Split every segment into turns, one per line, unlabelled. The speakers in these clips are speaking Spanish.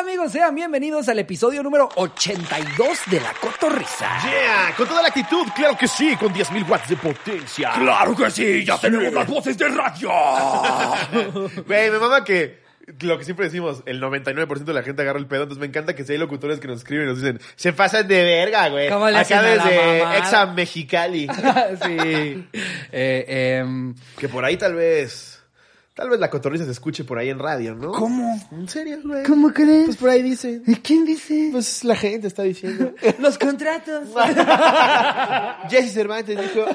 amigos? Sean bienvenidos al episodio número 82 de La Cotorrisa.
Yeah, con toda la actitud, claro que sí, con 10.000 watts de potencia.
¡Claro que sí! ¡Ya tenemos las voces de radio!
Güey, me mama que lo que siempre decimos, el 99% de la gente agarra el pedo, entonces me encanta que si hay locutores que nos escriben y nos dicen, se pasan de verga, güey.
¿Cómo le hacen
Acá
a la
desde
mamada?
Exa Mexicali.
sí. Eh, em,
que por ahí tal vez, tal vez la cotorriza se escuche por ahí en radio, ¿no?
¿Cómo?
¿En serio, güey?
¿Cómo crees?
Pues por ahí dicen.
¿Quién dice?
Pues la gente está diciendo.
Los contratos.
Jesse Cervantes dijo.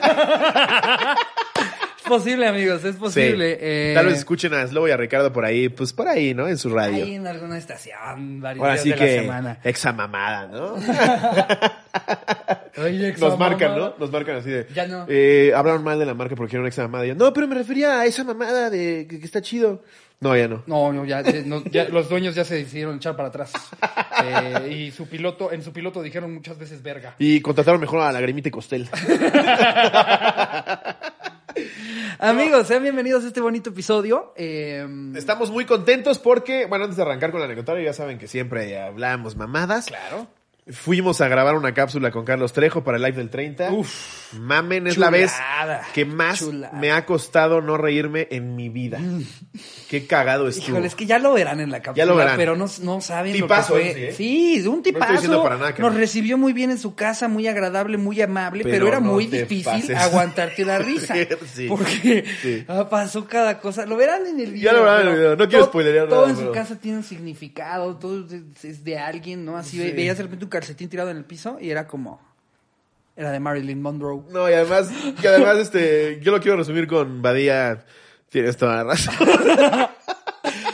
Es posible, amigos, es posible.
Sí.
Eh,
Tal vez escuchen a Slobo y a Ricardo por ahí, pues por ahí, ¿no? En su radio.
ahí en alguna estación, varios
Ahora
días
sí
de la
que
semana.
exa mamada, ¿no?
Oye,
Nos marcan,
mamada.
¿no? Nos marcan así de.
Ya no.
eh, hablaron mal de la marca porque era una exa mamada. Y yo, no, pero me refería a esa mamada de que, que está chido. No, ya no.
No, no, ya, eh, no, ya los dueños ya se decidieron echar para atrás. Eh, y su piloto, en su piloto dijeron muchas veces verga.
Y contrataron mejor a la Gremita y Costel.
Amigos, sean bienvenidos a este bonito episodio. Em,
Estamos muy contentos porque, bueno, antes de arrancar con la anecdotario, ya saben que siempre hablamos mamadas.
Claro.
Fuimos a grabar una cápsula con Carlos Trejo para el live del 30. Uf. Mamen, es la vez
Chulada,
que más
chulada. Mm.
me ha costado no reírme en mi vida. Qué cagado estuvo.
Híjole, es que ya lo verán en la cápsula,
Ya lo verán.
pero no, no saben
Tipazo
lo que
ese,
fue.
¿eh?
Sí, un
estoy
tipazo.
diciendo para nada que
Nos
no.
recibió muy bien en su casa, muy agradable, muy amable, pero,
Pero
era
no
muy
te
difícil
pases.
aguantarte la risa.
Sí.
Porque
Sí.
ah, pasó cada cosa. Lo verán en el video.
Ya lo verán en
pero
el video. No quiero
todo-
spoilerear
Todo
nada,
en su
pero-
casa tiene un significado, todo es- es de alguien, ¿no? Así
Sí.
veías de repente un calcetín tirado en el piso y era como... Era de Marilyn Monroe.
No, y además, que además, este, yo lo quiero resumir con Badía. Tienes toda la razón.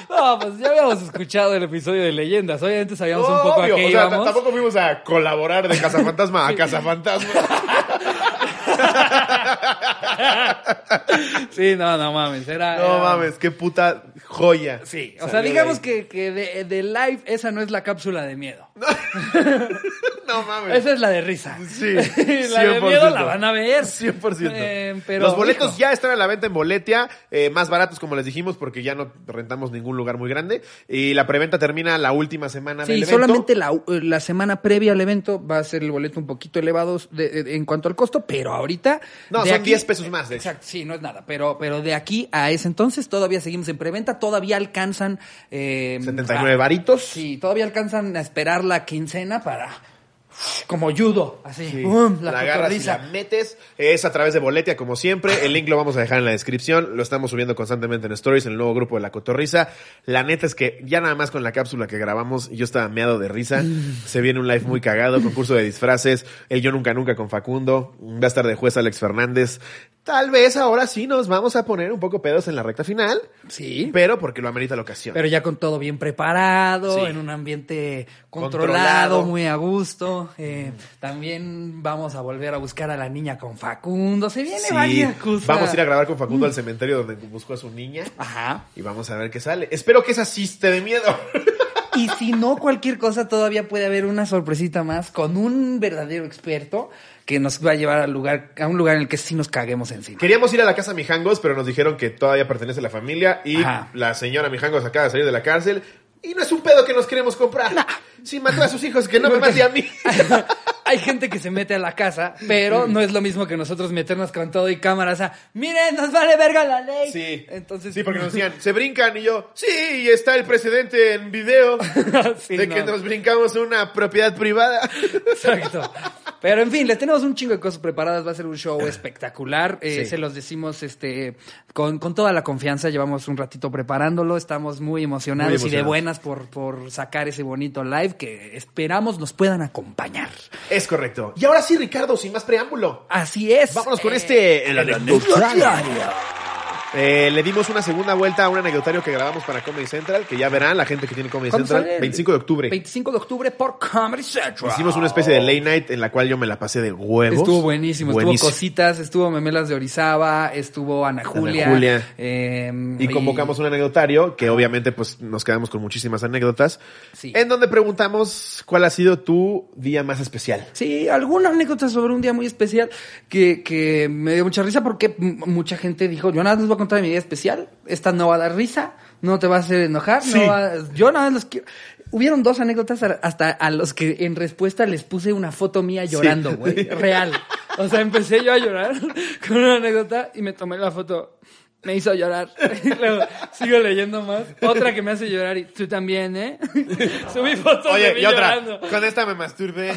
No, pues ya habíamos escuchado el episodio de leyendas. Obviamente sabíamos un poco
Obvio,
a qué
o sea,
íbamos.
tampoco fuimos a colaborar de Cazafantasma a Cazafantasma.
Sí, no, no mames. Era,
No
era-
mames, qué puta joya.
Sí, o sea, digamos que, que de, de live esa no es la cápsula de miedo.
No mames.
Esa es la de risa.
Sí,
la de miedo la van a ver.
100%.
Eh, pero,
Los boletos
hijo,
ya están a la venta en Boletia, eh, más baratos como les dijimos porque ya no rentamos ningún lugar muy grande y la preventa termina la última semana del
Sí,
evento.
solamente la, eh, la semana previa al evento va a ser el boleto un poquito elevado de- de- en cuanto al costo, pero ahorita...
No,
de
son
aquí-
10 pesos más, de hecho.
Exacto, sí, no es nada, pero, pero de aquí a ese entonces todavía seguimos en preventa, todavía alcanzan... eh,
79
a-
varitos.
Sí, todavía alcanzan a esperar la quincena para... Como judo, así.
Sí.
um, la
la agarras y
cotorriza.
la metes. Es a través de Boletia, como siempre. El link lo vamos a dejar en la descripción. Lo estamos subiendo constantemente en Stories, en el nuevo grupo de La Cotorrisa. La neta es que ya nada más con la cápsula que grabamos, yo estaba meado de risa.
Mm.
Se viene un live muy cagado, concurso de disfraces. El Yo Nunca Nunca con Facundo. Va a estar de juez Alex Fernández. Tal vez ahora sí nos vamos a poner un poco pedos en la recta final,
Sí.
pero porque lo amerita la ocasión.
Pero ya con todo bien preparado,
Sí.
en un ambiente controlado,
Controlado.
muy a gusto. Eh, También vamos a volver a buscar a la niña con Facundo. Se viene
Sí.
varias cosas. Mm.
Vamos a ir a grabar con Facundo al cementerio donde buscó a su niña.
Ajá.
Y vamos a ver qué sale. Espero que esa sí esté de miedo.
Y si no, cualquier cosa, todavía puede haber una sorpresita más con un verdadero experto que nos va a llevar al lugar, a un lugar en el que sí nos caguemos encima.
Queríamos ir a la casa Mijangos, pero nos dijeron que todavía pertenece a la familia y
Ajá.
la señora Mijangos acaba de salir de la cárcel. Y no es un pedo que nos queremos comprar. Si mató a sus hijos, que no me mate a mí.
Hay gente que se mete a la casa, pero no es lo mismo que nosotros meternos con todo y cámaras a, miren, nos vale verga la ley.
Sí.
Entonces,
Sí, porque nos decían, se brincan y yo, sí, y está el precedente en video
Sí,
de que
no.
nos brincamos una propiedad privada.
Exacto. Pero en fin, les tenemos un chingo de cosas preparadas. Va a ser un show espectacular. Eh,
Ah. Sí.
Se los decimos este con, con toda la confianza. Llevamos un ratito preparándolo. Estamos muy emocionados,
Muy
y de
emocionados.
buenas por, por sacar ese bonito live que esperamos nos puedan acompañar.
es correcto. Y ahora sí, Ricardo, sin más preámbulo.
Así es.
Vámonos con
Eh,
este. el anecdotario.
anecdotario.
Eh, le dimos una segunda vuelta a un anecdotario que grabamos para Comedy Central, que ya verán la gente que tiene Comedy
¿Cuándo
Central,
sale?
25 de octubre.
25 de octubre por Comedy Central.
Hicimos una especie de late night en la cual yo me la pasé de huevos.
Estuvo buenísimo, estuvo
Buenísimo.
Cositas, estuvo Memelas de Orizaba, estuvo Ana Julia.
Julia.
eh,
Y convocamos un anecdotario, que obviamente pues nos quedamos con muchísimas anécdotas,
Sí.
en donde preguntamos cuál ha sido tu día más especial.
Sí, alguna anécdota sobre un día muy especial que, que me dio mucha risa porque m- mucha gente dijo, yo nada más les voy a contar mi día especial, esta no va a dar risa, no te va a hacer enojar,
Sí.
no va a- yo nada más los quiero... hubieron dos anécdotas a- hasta a los que en respuesta les puse una foto mía llorando, güey. Real. O sea, empecé yo a llorar con una anécdota y me tomé la foto. Me hizo llorar. Y luego sigo leyendo más. Otra que me hace llorar y tú también, ¿eh? Subí fotos de
Oye,
mí
y otra.
llorando.
Con esta me masturbé.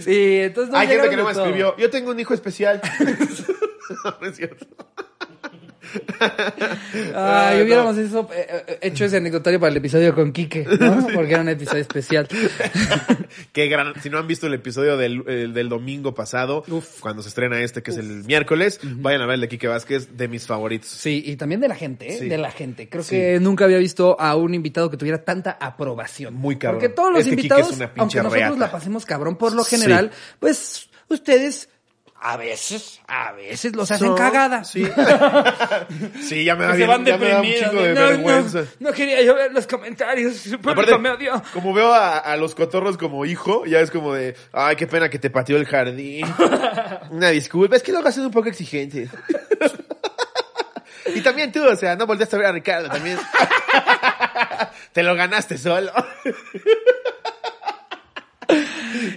Sí, entonces nos
Hay gente que no
llegaron
me
de todo.
escribió. Yo tengo un hijo especial. no, no es cierto.
Ay,
Ah,
hubiéramos eso, eh, eh, hecho ese anecdotario para el episodio con Quique, ¿no? Porque era un episodio especial.
Qué gran. Si no han visto el episodio del, el del domingo pasado, cuando se estrena este, que es el miércoles, vayan a ver el de Quique Vázquez, de mis favoritos.
Sí, y también de la gente, ¿eh?
Sí.
de la gente. Creo que nunca había visto a un invitado que tuviera tanta aprobación.
Muy cabrón.
Porque todos los
Este Quique
invitados,
es una pinche
aunque nosotros
reata.
la pasemos cabrón por lo general, pues ustedes a veces, a veces los hacen
Son-
cagada.
Sí. sí, ya me da,
Que se
bien-
van
ya me da un
deprimidos.
chingo de
No, pues,
vergüenza.
No quería yo ver los comentarios, su público
Aparte,
me odió.
como veo a, a los cotorros como hijo, ya es como de, ay, qué pena que te pateó el jardín. Una disculpa, es que luego has sido un poco exigente. y también tú, o sea, no volteaste a ver a Ricardo también. te lo ganaste solo.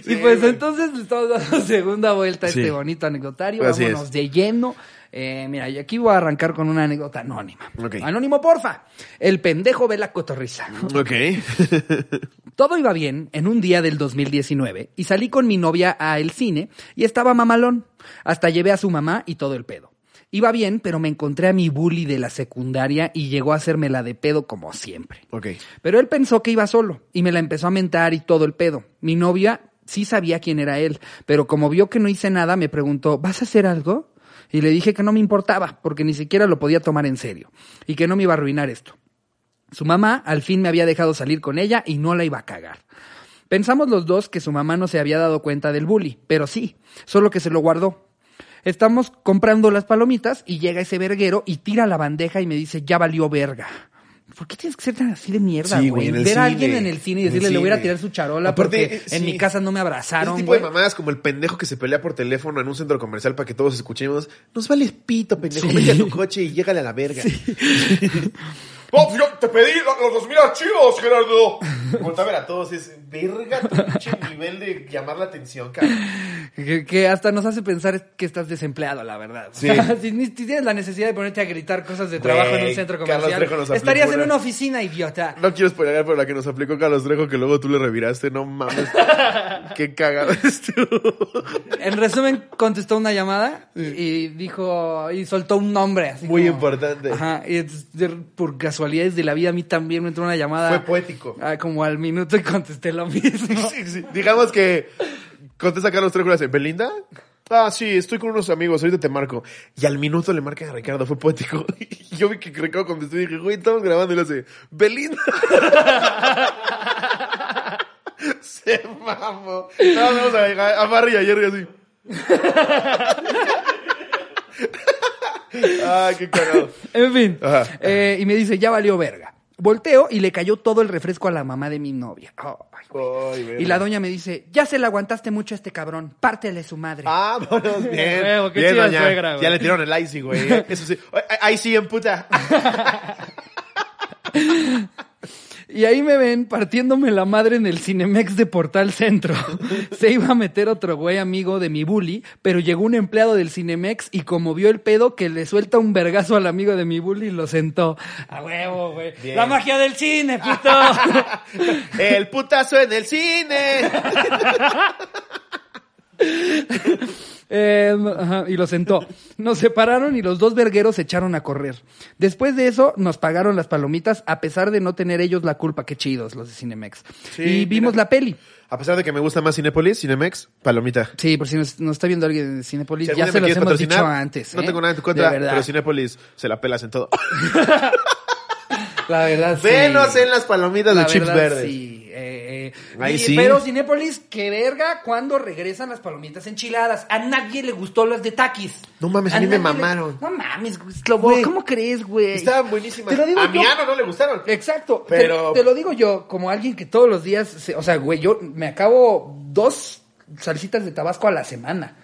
y pues
güey.
entonces le estamos dando segunda vuelta a este
Sí.
bonito anecdotario.
Así
Vámonos
es.
de lleno. Eh, mira, y aquí voy a arrancar con una anécdota anónima.
Ok.
Anónimo, porfa. El pendejo ve la cotorriza.
ok.
Todo iba bien en un día del 2019 y salí con mi novia a el cine y estaba mamalón. Hasta llevé a su mamá y todo el pedo. Iba bien, pero me encontré a mi bully de la secundaria y llegó a hacerme la de pedo como siempre.
Ok.
Pero él pensó que iba solo y me la empezó a mentar y todo el pedo. Mi novia sí sabía quién era él, pero como vio que no hice nada, me preguntó, ¿vas a hacer algo? Y le dije que no me importaba, porque ni siquiera lo podía tomar en serio y que no me iba a arruinar esto. Su mamá al fin me había dejado salir con ella y no la iba a cagar. Pensamos los dos que su mamá no se había dado cuenta del bully, pero sí, solo que se lo guardó. Estamos comprando las palomitas y llega ese verguero y tira la bandeja y me dice, ya valió verga. ¿Por qué tienes que ser tan así de mierda,
Sí,
güey?
güey, en el
Ver a
cine.
alguien en el cine y
En el
decirle, le voy a ir a
cine.
tirar su charola
Aparte,
porque
eh,
en
sí.
mi casa no me abrazaron,
Ese tipo
güey.
de mamadas como el pendejo que se pelea por teléfono en un centro comercial para que todos escuchemos. Nos vales pito, pendejo. Vete a tu coche y llégale a la verga.
Pop,
pues
yo te pedí los dos mil archivos, Gerardo.
Volta a ver a todos es verga tu pinche nivel de llamar la atención, cabrón.
Que, que hasta nos hace pensar que estás desempleado, la verdad.
Sí.
O sea, si, ni- si tienes la necesidad de ponerte a gritar cosas de
Güey,
trabajo en un centro
Carlos
comercial,
Trejo nos aplicó
estarías en
una-
una oficina, idiota.
No quiero spoilear, pero la que nos aplicó Carlos Trejo, que luego tú le reviraste, no mames. Qué cagado es tú.
En resumen, contestó una llamada y dijo, y soltó un nombre. así
Muy
como-
importante.
Ajá, y es- de- por casualidades de la vida, a mí también me entró una llamada.
Fue poético.
ah, como al minuto y contesté lo mismo.
Sí, sí. Digamos que contesta Carlos Trejo y le hace, ¿Belinda? Ah, sí, estoy con unos amigos, ahorita te marco. Y al minuto le marcan a Ricardo, fue poético. Y yo vi que Ricardo contestó y dije, güey, estamos grabando. Y le hace, ¡Belinda! Se mamó. No, vamos a, a Barry y a Jerry así. Ay, qué cagado.
En fin.
Ajá.
Eh, y me dice, ya valió verga. Volteo y le cayó todo el refresco a la mamá de mi novia. Ay, güey.
Ay, verga.
y la doña me dice, ya se le aguantaste mucho a este cabrón, pártele su madre.
Vámonos, bien.
Huevo, qué
bien,
chida
doña.
suegra, güey.
ya le tiraron el IC, güey. Eso sí. Ay, sí, en puta.
Y ahí me ven partiéndome la madre en el Cinemex de Portal Centro. Se iba a meter otro güey amigo de mi bully, pero llegó un empleado del Cinemex y como vio el pedo que le suelta un vergazo al amigo de mi bully, lo sentó. A huevo, güey.
Bien.
La magia del cine, puto.
El putazo en el cine.
Eh, ajá, y lo sentó. Nos separaron y los dos vergueros se echaron a correr. Después de eso, nos pagaron las palomitas, a pesar de no tener ellos la culpa. Qué chidos los de Cinemex.
Sí,
y vimos
mira.
la peli.
A pesar de que me gusta más Cinépolis, Cinemex, palomita.
Sí, por si nos, nos está viendo alguien de Cinepolis,
Si
ya
alguna
se
me
los
quieres
hemos dicho
patrocinar,
antes.
No
¿eh?
tengo nada en tu
De
contra,
verdad.
pero Cinépolis se la pelas en todo.
La verdad, sí.
Venos en las palomitas
La
de chips
verdad,
verdes.
Sí. Eh, eh.
Ahí
Y-
sí.
Pero Cinepolis, qué verga, cuando regresan las palomitas enchiladas. A nadie le gustó las de Takis.
No mames, a mí me
nadie le-
mamaron.
No mames, güey, Slobo,
Güey.
¿cómo crees, güey?
Estaban buenísimas.
Te lo digo
a
yo. Eh,
Miano no le gustaron.
Exacto.
Pero-
Te, te lo digo yo, como alguien que todos los días, se- o sea, güey, yo me acabo dos salsitas de Tabasco a la semana.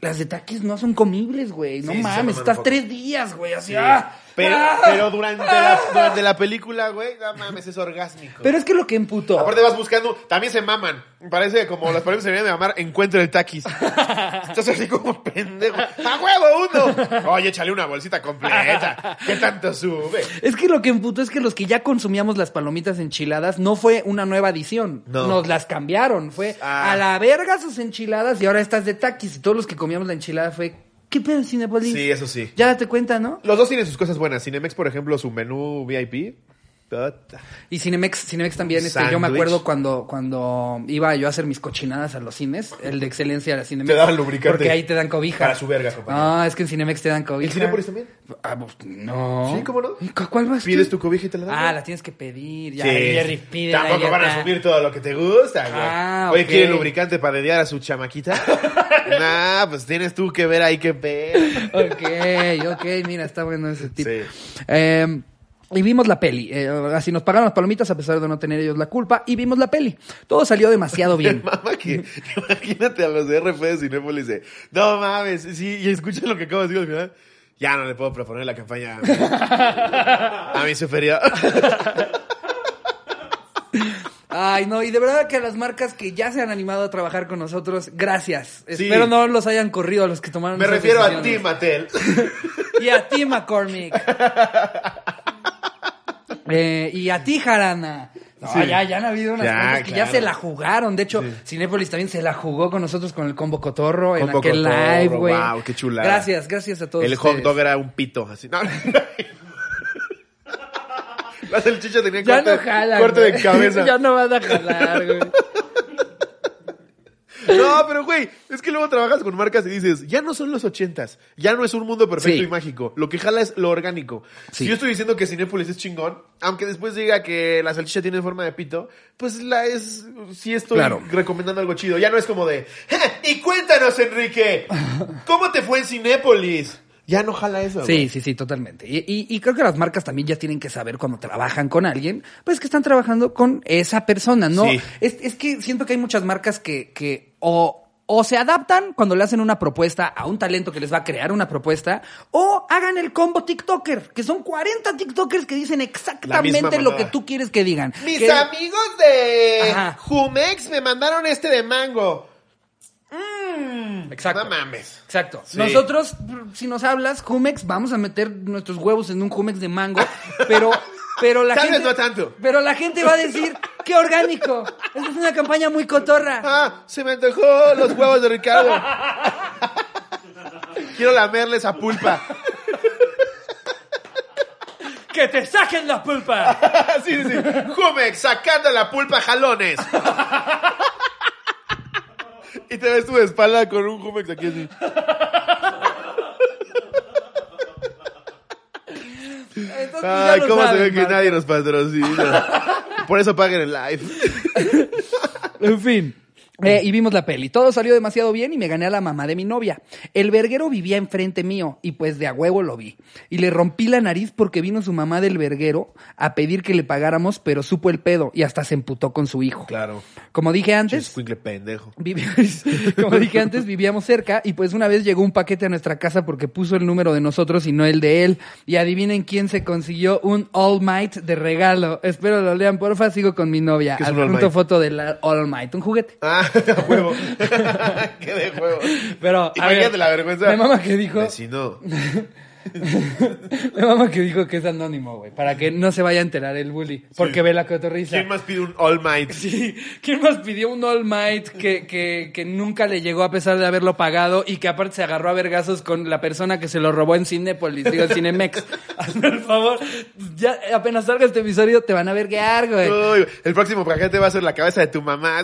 Las de taquis no son comibles, güey. No
Sí, se
mames,
maman
estás
un poco.
tres días, güey, así. ¡ah!
Pero, pero durante, la, durante la película, güey, no mames, es orgásmico.
Pero es que lo que emputó.
Aparte vas buscando, también se maman. Me Parece como las películas se vienen de mamar, encuentra el taquis. Estás así como pendejo. ¡A huevo uno! Oye, échale una bolsita completa. ¿Qué tanto sube?
Es que lo que emputó es que los que ya consumíamos las palomitas enchiladas no fue una nueva edición.
No.
Nos las cambiaron. Fue
Ah.
a la verga sus enchiladas y ahora estas de taquis. Y todos los que comíamos la enchilada fue, ¿qué pedo, Cinepolis?
Sí, eso sí.
Ya date cuenta, ¿no?
Los dos tienen sus cosas buenas. Cinemex, por ejemplo, su menú VIP. puta.
Y Cinemex, Cinemex también, este, yo me
Sándwich.
acuerdo cuando, cuando iba yo a hacer mis cochinadas a los cines, el de excelencia era Cinemex.
Te daban lubricante.
Porque ahí te dan cobija.
Para su verga, compañero.
Ah, es que en Cinemex te dan cobija.
¿En Cinépolis también?
Ah, pues, no.
Sí, ¿cómo no?
¿Y cu- ¿Cuál vas tú?
Pides tu cobija y te la dan.
Ah, la tienes que pedir. Ya,
Sí.
Jerry, pídela,
Tampoco
ya
van a
está.
subir todo lo que te gusta, güey.
Ah,
Oye,
ok.
¿quiere lubricante para dediar a su chamaquita? nah, pues tienes tú que ver ahí qué pedo.
Ok, ok, mira, está bueno ese tipo.
Sí.
Eh, y vimos la peli. Eh, así nos pagaron las palomitas a pesar de no tener ellos la culpa. Y vimos la peli. Todo salió demasiado bien.
Mamá, que imagínate a los de RP de Cinépolis de, no mames, sí, y escucha lo que acabo de decir al final. Ya no le puedo proponer la campaña a mi- a mi superior.
Ay, no, y de verdad que a las marcas que ya se han animado a trabajar con nosotros, gracias.
Sí.
Espero no los hayan corrido a los que tomaron
Me
esas
refiero a ti,
decisiones.
Mattel.
Y a ti, McCormick. Eh, y a ti, Jarana. No,
Sí.
ya, ya han habido unas
Ya,
marcas que
claro.
ya se la jugaron. De hecho, Cinépolis también se la jugó con nosotros con el Combo Cotorro en
Combo
aquel
Cotorro,
live, güey.
guau, qué chulada.
Gracias, gracias a todos.
El hot
ustedes.
dog era un pito, así. No, La salchicha tenía
Ya
corte,
no jalan.
corte de
güey.
cabeza.
ya no van a jalar, güey.
No, pero güey, es que luego trabajas con marcas y dices, ya no son los ochentas, ya no es un mundo perfecto
Sí.
y mágico. Lo que jala es lo orgánico.
Sí.
Si yo estoy diciendo que Cinépolis es chingón, aunque después diga que la salchicha tiene forma de pito, pues la es, sí estoy
Claro.
recomendando algo chido. Ya no es como de, "Ja, y cuéntanos, Enrique, ¿cómo te fue en Cinépolis? Ya no jala eso. güey.
Sí, sí, sí, totalmente. Y, y- y creo que las marcas también ya tienen que saber cuando trabajan con alguien, pues que están trabajando con esa persona, ¿no?
Sí.
Es, es que siento que hay muchas marcas que, que o, o se adaptan cuando le hacen una propuesta a un talento que les va a crear una propuesta, o hagan el combo TikToker, que son 40 TikTokers que dicen exactamente lo
mamada.
que tú quieres que digan.
Mis
Que-
amigos de
Ajá.
Jumex me mandaron este de mango. Mm.
Exacto.
No mames.
Exacto.
Sí.
Nosotros, si nos hablas, Jumex, vamos a meter nuestros huevos en un Jumex de mango, pero, pero la
Tal vez
gente.
no tanto.
Pero la gente va a decir, qué orgánico. Esta es una campaña muy cotorra.
Ah, se me antojó los huevos de Ricardo. Quiero lamerle esa pulpa.
¡Que te saquen la pulpa!
sí, sí, sí. Jumex, sacando la pulpa a jalones. y te ves tú de espalda con un Jumex aquí así.
Entonces, pues, ya
Ay,
lo
cómo
saben,
se ve que
Marco.
nadie nos patrocina. Por eso paguen el live.
En fin. Eh, y vimos la peli. Todo salió demasiado bien y me gané a la mamá de mi novia. El verguero vivía enfrente mío y pues de a huevo lo vi. Y le rompí la nariz porque vino su mamá del verguero a pedir que le pagáramos, pero supo el pedo y hasta se emputó con su hijo.
Claro.
Como dije antes,
Escuincle pendejo.
vivi- como dije antes, vivíamos cerca y pues una vez llegó un paquete a nuestra casa porque puso el número de nosotros y no el de él. Y adivinen quién se consiguió un All Might de regalo. Espero lo lean, porfa, sigo con mi novia.
¿Qué es un All
Adjunto
Might?
foto del All Might, un juguete.
Ah, a huevo. Qué de juego.
Pero a
Imagínate
ver,
la vergüenza.
Mi mamá que dijo,
Vecino.
mi mamá que dijo que es anónimo, güey, para que no se vaya a enterar el bully, porque ve la cotorriza.
¿Quién más pide un All Might?
Sí, ¿quién más pidió un All Might que, que, que nunca le llegó a pesar de haberlo pagado y que aparte se agarró a vergazos con la persona que se lo robó en Cinépolis, digo, en Cinemex? Hazme el favor, ya apenas salga este episodio te van a verguear, güey.
Uy, el próximo paquete va a ser la cabeza de tu mamá.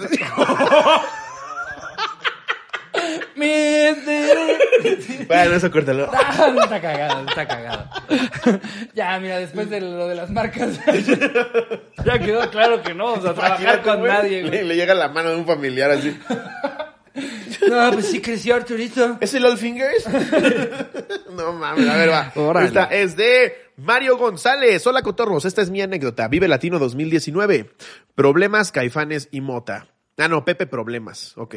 Mister-
bueno, eso córtalo.
Ah, está cagado, está cagado. ya, mira, después de lo de las marcas, ya quedó claro que no vamos a trabajar
Imagínate,
con
güey,
nadie, güey.
Le, le llega la mano de un familiar así.
No, pues sí creció Arturito.
¿Es el All Fingers? no mames, a ver, va.
Órale.
Esta es de Mario González. Hola, cotorros. Esta es mi anécdota. Vive Latino 2019. Problemas, caifanes y mota. Ah, no, Pepe Problemas. Ok.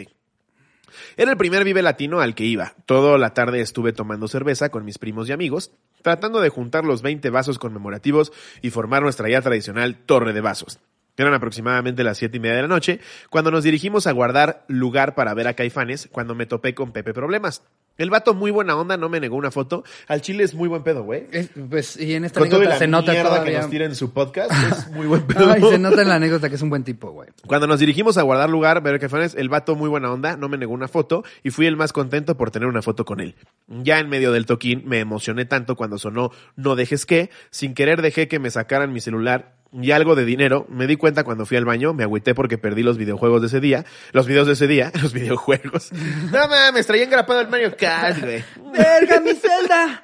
Era el primer Vive Latino al que iba. Toda la tarde estuve tomando cerveza con mis primos y amigos, tratando de juntar los 20 vasos conmemorativos y formar nuestra ya tradicional torre de vasos. Eran aproximadamente las siete y media de la noche, cuando nos dirigimos a guardar lugar para ver a Caifanes, cuando me topé con Pepe Problemas. El vato muy buena onda, no me negó una foto. Al chile es muy buen pedo, güey.
Es- pues, y en esta
Con toda
anécdota
la
se nota
mierda que
todavía.
nos tira en su podcast, es muy buen pedo.
Ay, se nota en la anécdota que es un buen tipo, güey.
Cuando nos dirigimos a guardar lugar, ver que Fanes, el vato muy buena onda, no me negó una foto y fui el más contento por tener una foto con él. Ya en medio del toquín me emocioné tanto cuando sonó No dejes que, sin querer dejé que me sacaran mi celular y algo de dinero. Me di cuenta cuando fui al baño, me agüité porque perdí los videojuegos de ese día, los videos de ese día, los videojuegos. No mames, traía engrapado el Mario Kart, güey.
¡Verga, mi celda!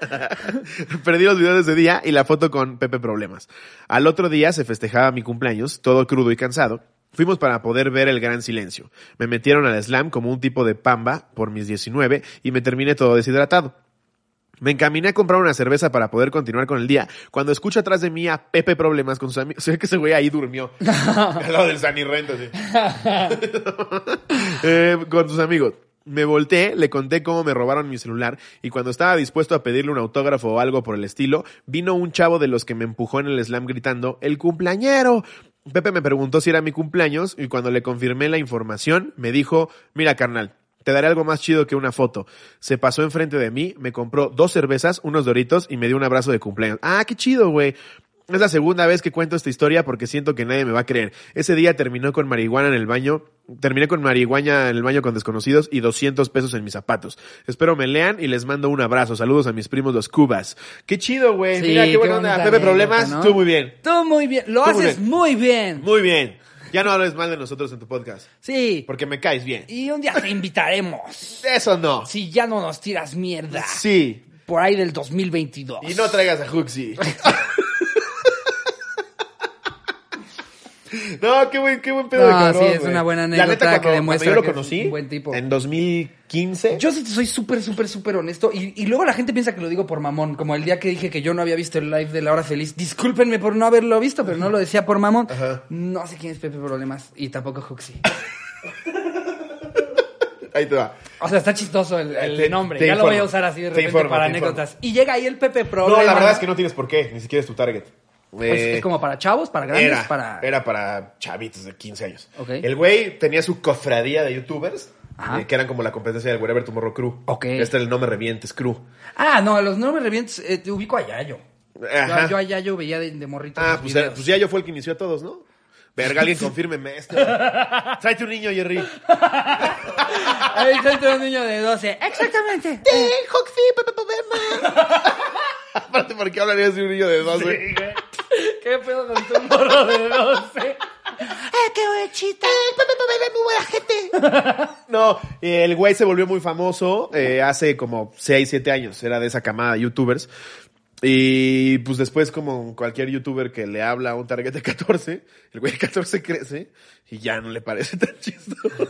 Perdí los videos de ese día y la foto con Pepe Problemas. Al otro día se festejaba mi cumpleaños, todo crudo y cansado. Fuimos para poder ver el gran silencio. Me metieron al slam como un tipo de pamba por mis 19 y me terminé todo deshidratado. Me encaminé a comprar una cerveza para poder continuar con el día, cuando escucho atrás de mí a Pepe Problemas con sus amigos. Se ve que ese güey ahí durmió. al lado del San Renta, sí. Eh, con sus amigos. Me volteé, le conté cómo me robaron mi celular y cuando estaba dispuesto a pedirle un autógrafo o algo por el estilo, vino un chavo de los que me empujó en el slam gritando, ¡El cumpleañero! Pepe me preguntó si era mi cumpleaños y cuando le confirmé la información, me dijo, mira carnal, te daré algo más chido que una foto. Se pasó enfrente de mí, me compró dos cervezas, unos doritos y me dio un abrazo de cumpleaños. ¡Ah, qué chido, güey! Es la segunda vez que cuento esta historia porque siento que nadie me va a creer. Ese día terminó con marihuana en el baño, terminé con marihuana en el baño con desconocidos y 200 pesos en mis zapatos. Espero me lean y les mando un abrazo. Saludos a mis primos los cubas. Qué chido, güey.
Sí,
Mira, qué,
qué
buena onda.
bonita
Pepe
anécdota,
Problemas,
¿no?
tú muy bien.
Tú muy bien. Lo
Tú muy
haces
bien.
muy bien.
Muy bien. Ya no hables mal de nosotros en tu podcast
Sí.
porque me caes bien.
Y un día te invitaremos.
Eso no.
Si ya no nos tiras mierda.
Sí.
Por ahí del 2022.
Y no traigas a Huxi. No, qué buen, qué buen pedo de
No,
cabrón,
sí, es
güey.
una buena
La
anécdota
neta, cuando-
que demuestra
cuando
que es
yo lo conocí
un buen tipo.
en 2015.
Yo sí soy súper, súper, súper honesto. Y, y luego la gente piensa que lo digo por mamón. Como el día que dije que yo no había visto el live de La Hora Feliz. Discúlpenme por no haberlo visto, pero no lo decía por mamón. No sé quién es Pepe Problemas y tampoco Huxi.
Ahí te va.
O sea, está chistoso el, el
Te-
nombre.
te
ya lo
informo.
voy a usar así de
Te
repente
informo,
para
te informo.
anécdotas. Y llega ahí el Pepe
No,
Problemas.
la verdad es que no tienes por qué, ni siquiera es tu target.
Es,
Eh,
Pues es como para chavos, para grandes,
era,
para...
era para chavitos de 15 años.
Ok.
El güey tenía su cofradía de youtubers,
Ajá.
eh, que eran como la competencia del Wherever Tomorrow Crew.
Ok.
Este era el No Me Revientes Crew.
Ah, no, los no me revientes. eh, te ubico a Yayo.
Ajá.
Yo, yo a Yayo veía de, de morrito.
Ah,
sus
pues,
videos.
eh, pues ya yo fue el que inició a todos, ¿no? Verga, alguien confírmeme esto. Tráete un niño, Jerry. pues,
Ahí está un niño de 12. Exactamente.
Aparte, ¿por qué hablarías de un niño de 12?
¿Qué pedo con tu morro de 12?
No, eh, el güey se volvió muy famoso eh, hace como 6, 7 años. Era de esa camada de youtubers. Y pues después, como cualquier youtuber que le habla a un target de 14, el güey de 14 crece y ya no le parece tan chistoso.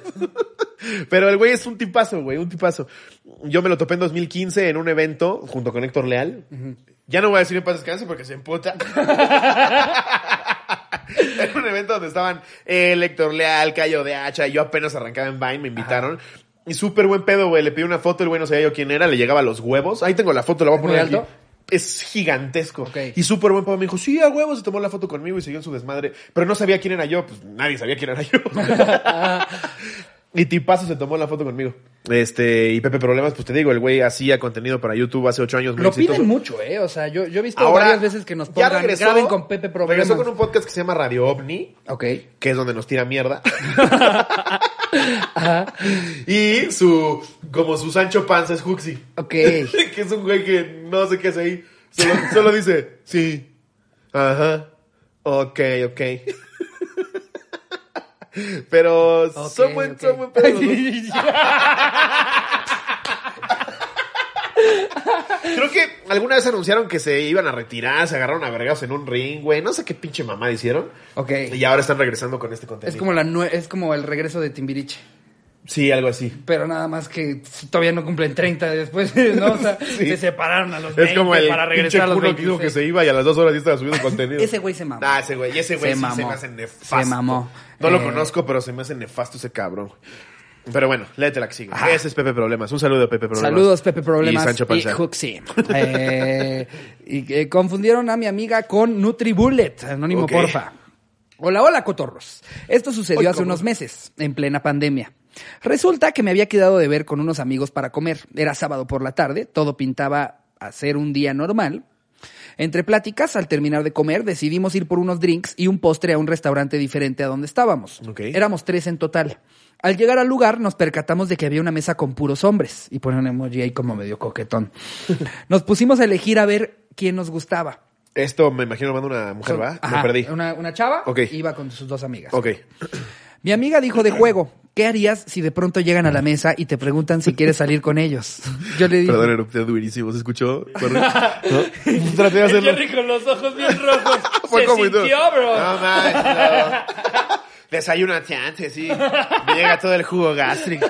Pero el güey es un tipazo, güey, un tipazo. Yo me lo topé en 2015 en un evento junto con Héctor Leal. Ya no voy a decir en paz descanse porque se emputa. Era un evento donde estaban el Héctor Leal, Cayo de Hacha, yo apenas arrancaba en Vine, me invitaron. Y súper buen pedo, güey. Le pedí una foto, el güey no sabía yo quién era, le llegaba los huevos. Ahí tengo la foto, la voy a
¿Es
poner
muy alto?
aquí. Es gigantesco.
Ok.
Y súper buen pedo. Me dijo, sí, a huevos. Se tomó la foto conmigo y siguió en su desmadre. Pero no sabía quién era yo. Pues nadie sabía quién era yo.
Ah,
Y Tipazo se tomó la foto conmigo. Este, y Pepe Problemas, pues te digo, el güey hacía contenido para YouTube hace ocho años. muy
Lo
exitoso.
piden mucho, ¿eh? O sea, yo, yo he visto varias veces que nos
pues. ya
pongan,
regresó,
graben con Pepe Problemas.
Regresó con un podcast que se llama Radio OVNI,
Ok.
que es donde nos tira mierda. y su, como su Sancho Panza es Huxi.
Ok.
que es un güey que no sé qué hace ahí. Solo, solo dice, sí, ajá, ok, ok. Pero son buen,
ok.
son buen pedo los dos. Creo que alguna vez anunciaron que se iban a retirar, se agarraron a vergados en un ring, güey. No sé qué pinche mamá hicieron.
Ok.
Y ahora están regresando con este contenido.
Es como, la nue- es como el regreso de Timbiriche.
Sí, algo así.
Pero nada más que todavía no cumplen 30 después, ¿no? O sea,
Sí.
se separaron a los 20
Es como el
para
pinche
regresar a los
culo que dijo
26.
que se iba y a las dos horas ya estaba subiendo contenido.
Ese güey se mamó.
Ah, ese güey. Y ese güey
Se
sí se
mamó.
me hace nefasto.
Se mamó.
No lo
Eh,
conozco, pero se me hace nefasto ese cabrón. Pero bueno, léete la que sigue. Ese es Pepe Problemas. Un saludo a Pepe Problemas.
Saludos, Pepe Problemas.
Y Sancho Panza.
Juxi. Eh, y que confundieron a mi amiga con NutriBullet. Anónimo,
Ok.
porfa. Hola, hola, cotorros. Esto sucedió
Ay,
hace
cómo.
unos meses, en plena pandemia. Resulta que me había quedado de ver con unos amigos para comer. Era sábado por la tarde, todo pintaba a ser un día normal. Entre pláticas, al terminar de comer, decidimos ir por unos drinks y un postre a un restaurante diferente a donde estábamos.
Ok.
Éramos tres en total. Al llegar al lugar nos percatamos de que había una mesa con puros hombres y ponen un emoji ahí como medio coquetón. Nos pusimos a elegir a ver quién nos gustaba.
Esto me imagino lo manda una mujer, ¿va?
Ajá,
Me perdí.
Una, una chava
Ok.
iba con sus dos amigas.
Ok.
Mi amiga dijo de juego, ¿qué harías si de pronto llegan a la mesa y te preguntan si quieres salir con ellos? Yo le dije,
Perdón, erupté durísimo. ¿Se escuchó? Corre. ¿No? Traté de hacerlo.
Jerry con los ojos bien rojos. Se
y todo. Ah,
sintió, bro.
No mames, no. Desayúnate antes, sí. Me llega todo el jugo gástrico.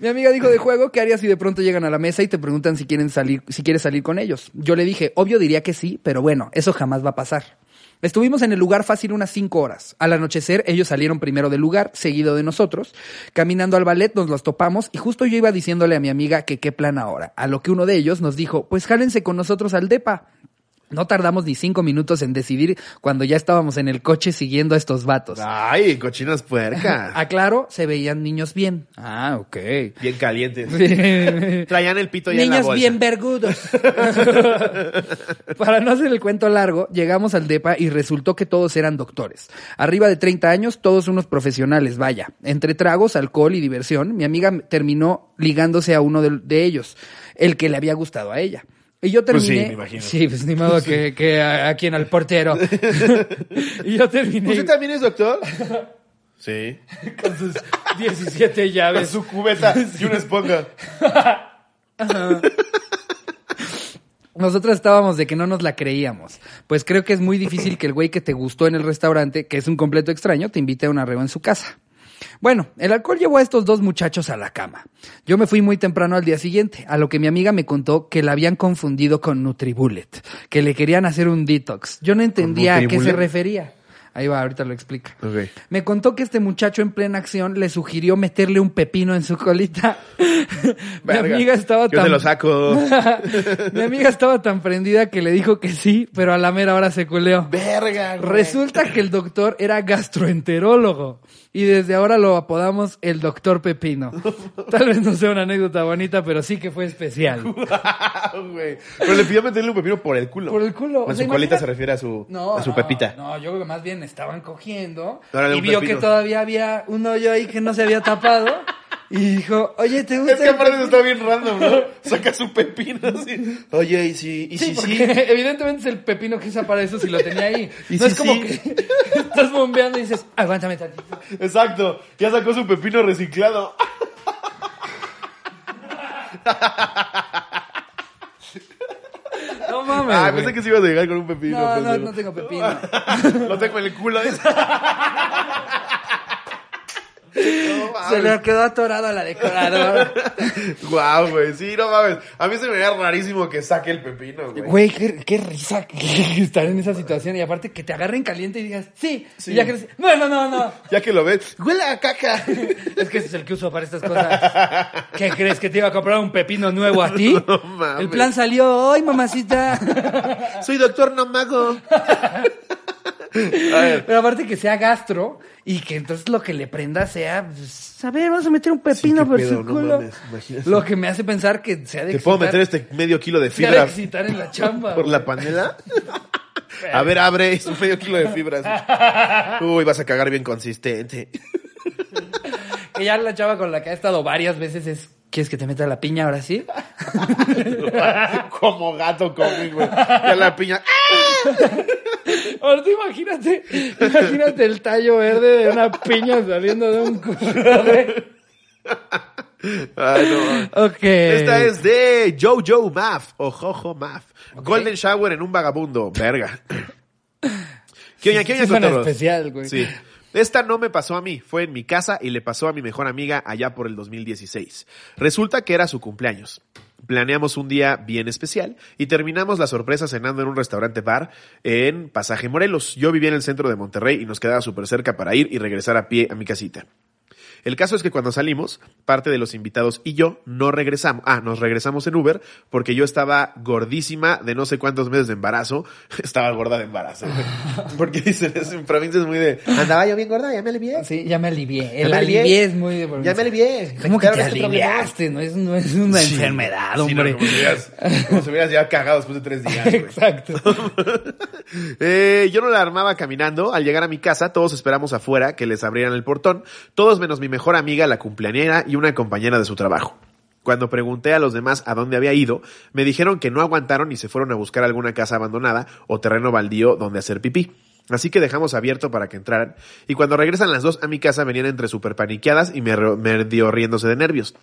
mi amiga dijo de juego, ¿qué harías si de pronto llegan a la mesa y te preguntan si quieren salir, si quieres salir con ellos? Yo le dije, obvio diría que sí, pero bueno, eso jamás va a pasar. Estuvimos en el lugar fácil unas cinco horas. Al anochecer, ellos salieron primero del lugar, seguido de nosotros. Caminando al ballet, nos los topamos y justo yo iba diciéndole a mi amiga que qué plan ahora. A lo que uno de ellos nos dijo, pues jálense con nosotros al DEPA. No tardamos ni cinco minutos en decidir cuando ya estábamos en el coche siguiendo a estos vatos.
Ay, cochinas puercas.
Aclaro, se veían niños bien. Ah, ok.
Bien calientes. Traían el pito ya en la
Niños
bolsa.
bien vergudos. Para no hacer el cuento largo, llegamos al DEPA y resultó que todos eran doctores. Arriba de 30 años, todos unos profesionales, vaya. Entre tragos, alcohol y diversión, mi amiga terminó ligándose a uno de, de ellos, el que le había gustado a ella. Y yo
Pues sí,
terminé.
me imagino.
Sí, pues ni modo que, que a, a quien al portero. y yo terminé.
¿Usted también es doctor? Sí.
Con sus 17
Con
llaves.
su cubeta y una esponja.
Nosotros estábamos de que no nos la creíamos. Pues creo que es muy difícil que el güey que te gustó en el restaurante, que es un completo extraño, te invite a un arreo en su casa. Bueno, el alcohol llevó a estos dos muchachos a la cama. Yo me fui muy temprano al día siguiente, a lo que mi amiga me contó que la habían confundido con Nutribullet, que le querían hacer un detox. Yo no entendía a qué se
Nutribullet?
refería. Ahí va, ahorita lo explica.
Ok.
Me contó que este muchacho en plena acción le sugirió meterle un pepino en su colita. mi
Verga.
amiga estaba
Yo
tan...
te lo saco.
Mi amiga estaba tan prendida que le dijo que sí, pero a la mera hora se culeó.
Verga, güey.
Resulta que el doctor era gastroenterólogo y desde ahora lo apodamos el doctor Pepino. Tal vez no sea una anécdota bonita, pero sí que fue especial.
Güey. Pero le pidió meterle un pepino por el culo.
Por el culo.
O
O
en
sea,
su colita
imagina-
se refiere a su,
No,
a su
no,
pepita.
No, yo creo que más bien estaban cogiendo
Órale,
y
un
vio
pepino.
que todavía había un hoyo ahí que no se había tapado y dijo, oye, ¿te gusta?
Es que
el
aparte
pepino?"
está bien random, ¿no? Saca su pepino así. Oye, y si, y
Sí,
si,
porque
sí.
evidentemente es el pepino que usa para eso si lo tenía ahí.
Y sí,
no es como
sí.
que estás bombeando y dices, aguántame tantito.
Exacto. Ya sacó su pepino reciclado.
No mames.
Ah,
güey.
pensé que se iba a llegar con un pepino.
No, no,
pendejo.
no tengo pepino.
Lo tengo en el culo. dice. No
Se
mames.
le quedó atorada la decoradora.
Guau, güey. Sí, no mames. A mí se me veía rarísimo que saque el pepino, güey.
Güey, qué, qué risa que estar en esa situación y aparte que te agarren caliente y digas, sí,
Sí.
y ya que eres- no, no, no, no.
Ya que lo ves, huele a caca.
Es que ese es el que uso para estas cosas. ¿Qué crees que te iba a comprar un pepino nuevo a ti?
No mames.
El plan salió hoy, mamacita.
Soy doctor, no mago.
Pero aparte que sea gastro y que entonces lo que le prenda sea, pues, a ver, vamos a meter un pepino
qué
por
pedo,
su
no
culo.
mames, imagínate.
lo que me hace pensar que se ha de
¿Te puedo
excitar-
meter este medio kilo de
se ha de
fibra
excitar en la chamba.
por
güey.
la panela? A ver, abre, es un medio kilo de fibras. Uy, vas a cagar bien consistente.
Que ya la chava con la que ha estado varias veces es, ¿quieres que te meta la piña ahora sí?
Como gato conmigo, güey. Ya la piña. ¡ah!
Ahora tú imagínate, imagínate el tallo verde de una piña saliendo de un culo.
Ay, no.
Ok.
Esta es de Jojo Maff o Jojo Maff. Golden Shower en un vagabundo. Verga. ¿Qué oña, qué oña,
Sí suena
cotorros?
especial, güey.
Sí. Esta no me pasó a mí, fue en mi casa y le pasó a mi mejor amiga allá por el 2016. Resulta que era su cumpleaños. Planeamos un día bien especial y terminamos la sorpresa cenando en un restaurante bar en Pasaje Morelos. Yo vivía en el centro de Monterrey y nos quedaba súper cerca para ir y regresar a pie a mi casita. El caso es que cuando salimos, parte de los invitados y yo no regresamos. Ah, nos regresamos en Uber porque yo estaba gordísima de no sé cuántos meses de embarazo. Estaba gorda de embarazo. güey. Porque dicen, es en provincia es muy de. Andaba yo bien gorda, ya me alivié.
Sí, ya me alivié.
Ya
El
me alivié.
alivié es muy de
Ya me alivié.
¿Cómo que
Claro
te
es otro problema.
aliviaste? No es, no es una
Sí.
enfermedad,
Sí, no,
hombre.
como, si hubieras, como si hubieras ya cagado después de tres días. güey.
Exacto.
Eh, yo no la armaba caminando. Al llegar a mi casa, todos esperamos afuera que les abrieran el portón. Todos menos mi mejor amiga, la cumpleañera y una compañera de su trabajo. Cuando pregunté a los demás a dónde había ido, me dijeron que no aguantaron y se fueron a buscar alguna casa abandonada o terreno baldío donde hacer pipí. Así que dejamos abierto para que entraran. Y cuando regresan las dos a mi casa, venían entre súper paniqueadas y me re- me dio riéndose de nervios.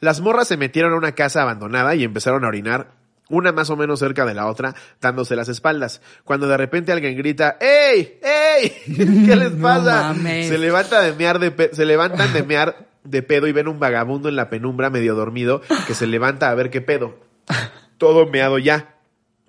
Las morras se metieron a una casa abandonada y empezaron a orinar, una más o menos cerca de la otra, dándose las espaldas. Cuando de repente alguien grita, ¡Ey! ¡Ey! ¿Qué les
No
pasa?
mames.
se levanta de mear de pe- se levantan de mear de pedo y ven un vagabundo en la penumbra medio dormido que se levanta a ver qué pedo. Todo meado ya.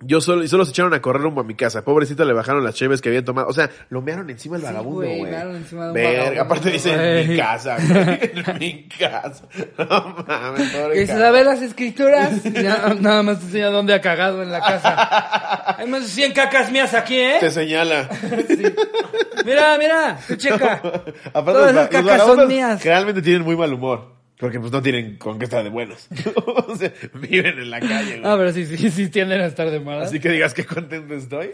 Yo solo, y solo se echaron a correr rumbo a mi casa. Pobrecito le bajaron las cheves que habían tomado. O sea, lo mearon encima del vagabundo,
güey,
güey.
mearon encima de un
Verga,
vagabundo,
aparte dice en mi
güey.
casa, güey. En mi casa. No mames, pobre
Que se
cabrón.
la ve las escrituras. Ya, nada más te enseña dónde ha cagado en la casa.
Hay más de 100 cacas mías aquí,
Te
¿eh?
señala.
Mira, mira, tú checa.
Aparte,
Todas las
los, los
cacas
vagabundos
son mías.
Realmente tienen muy mal humor. Porque pues no tienen con qué estar de buenos. o sea, viven en la calle, güey.
Ah, pero sí, sí, sí tienden a estar de malas.
Así que digas que contento estoy.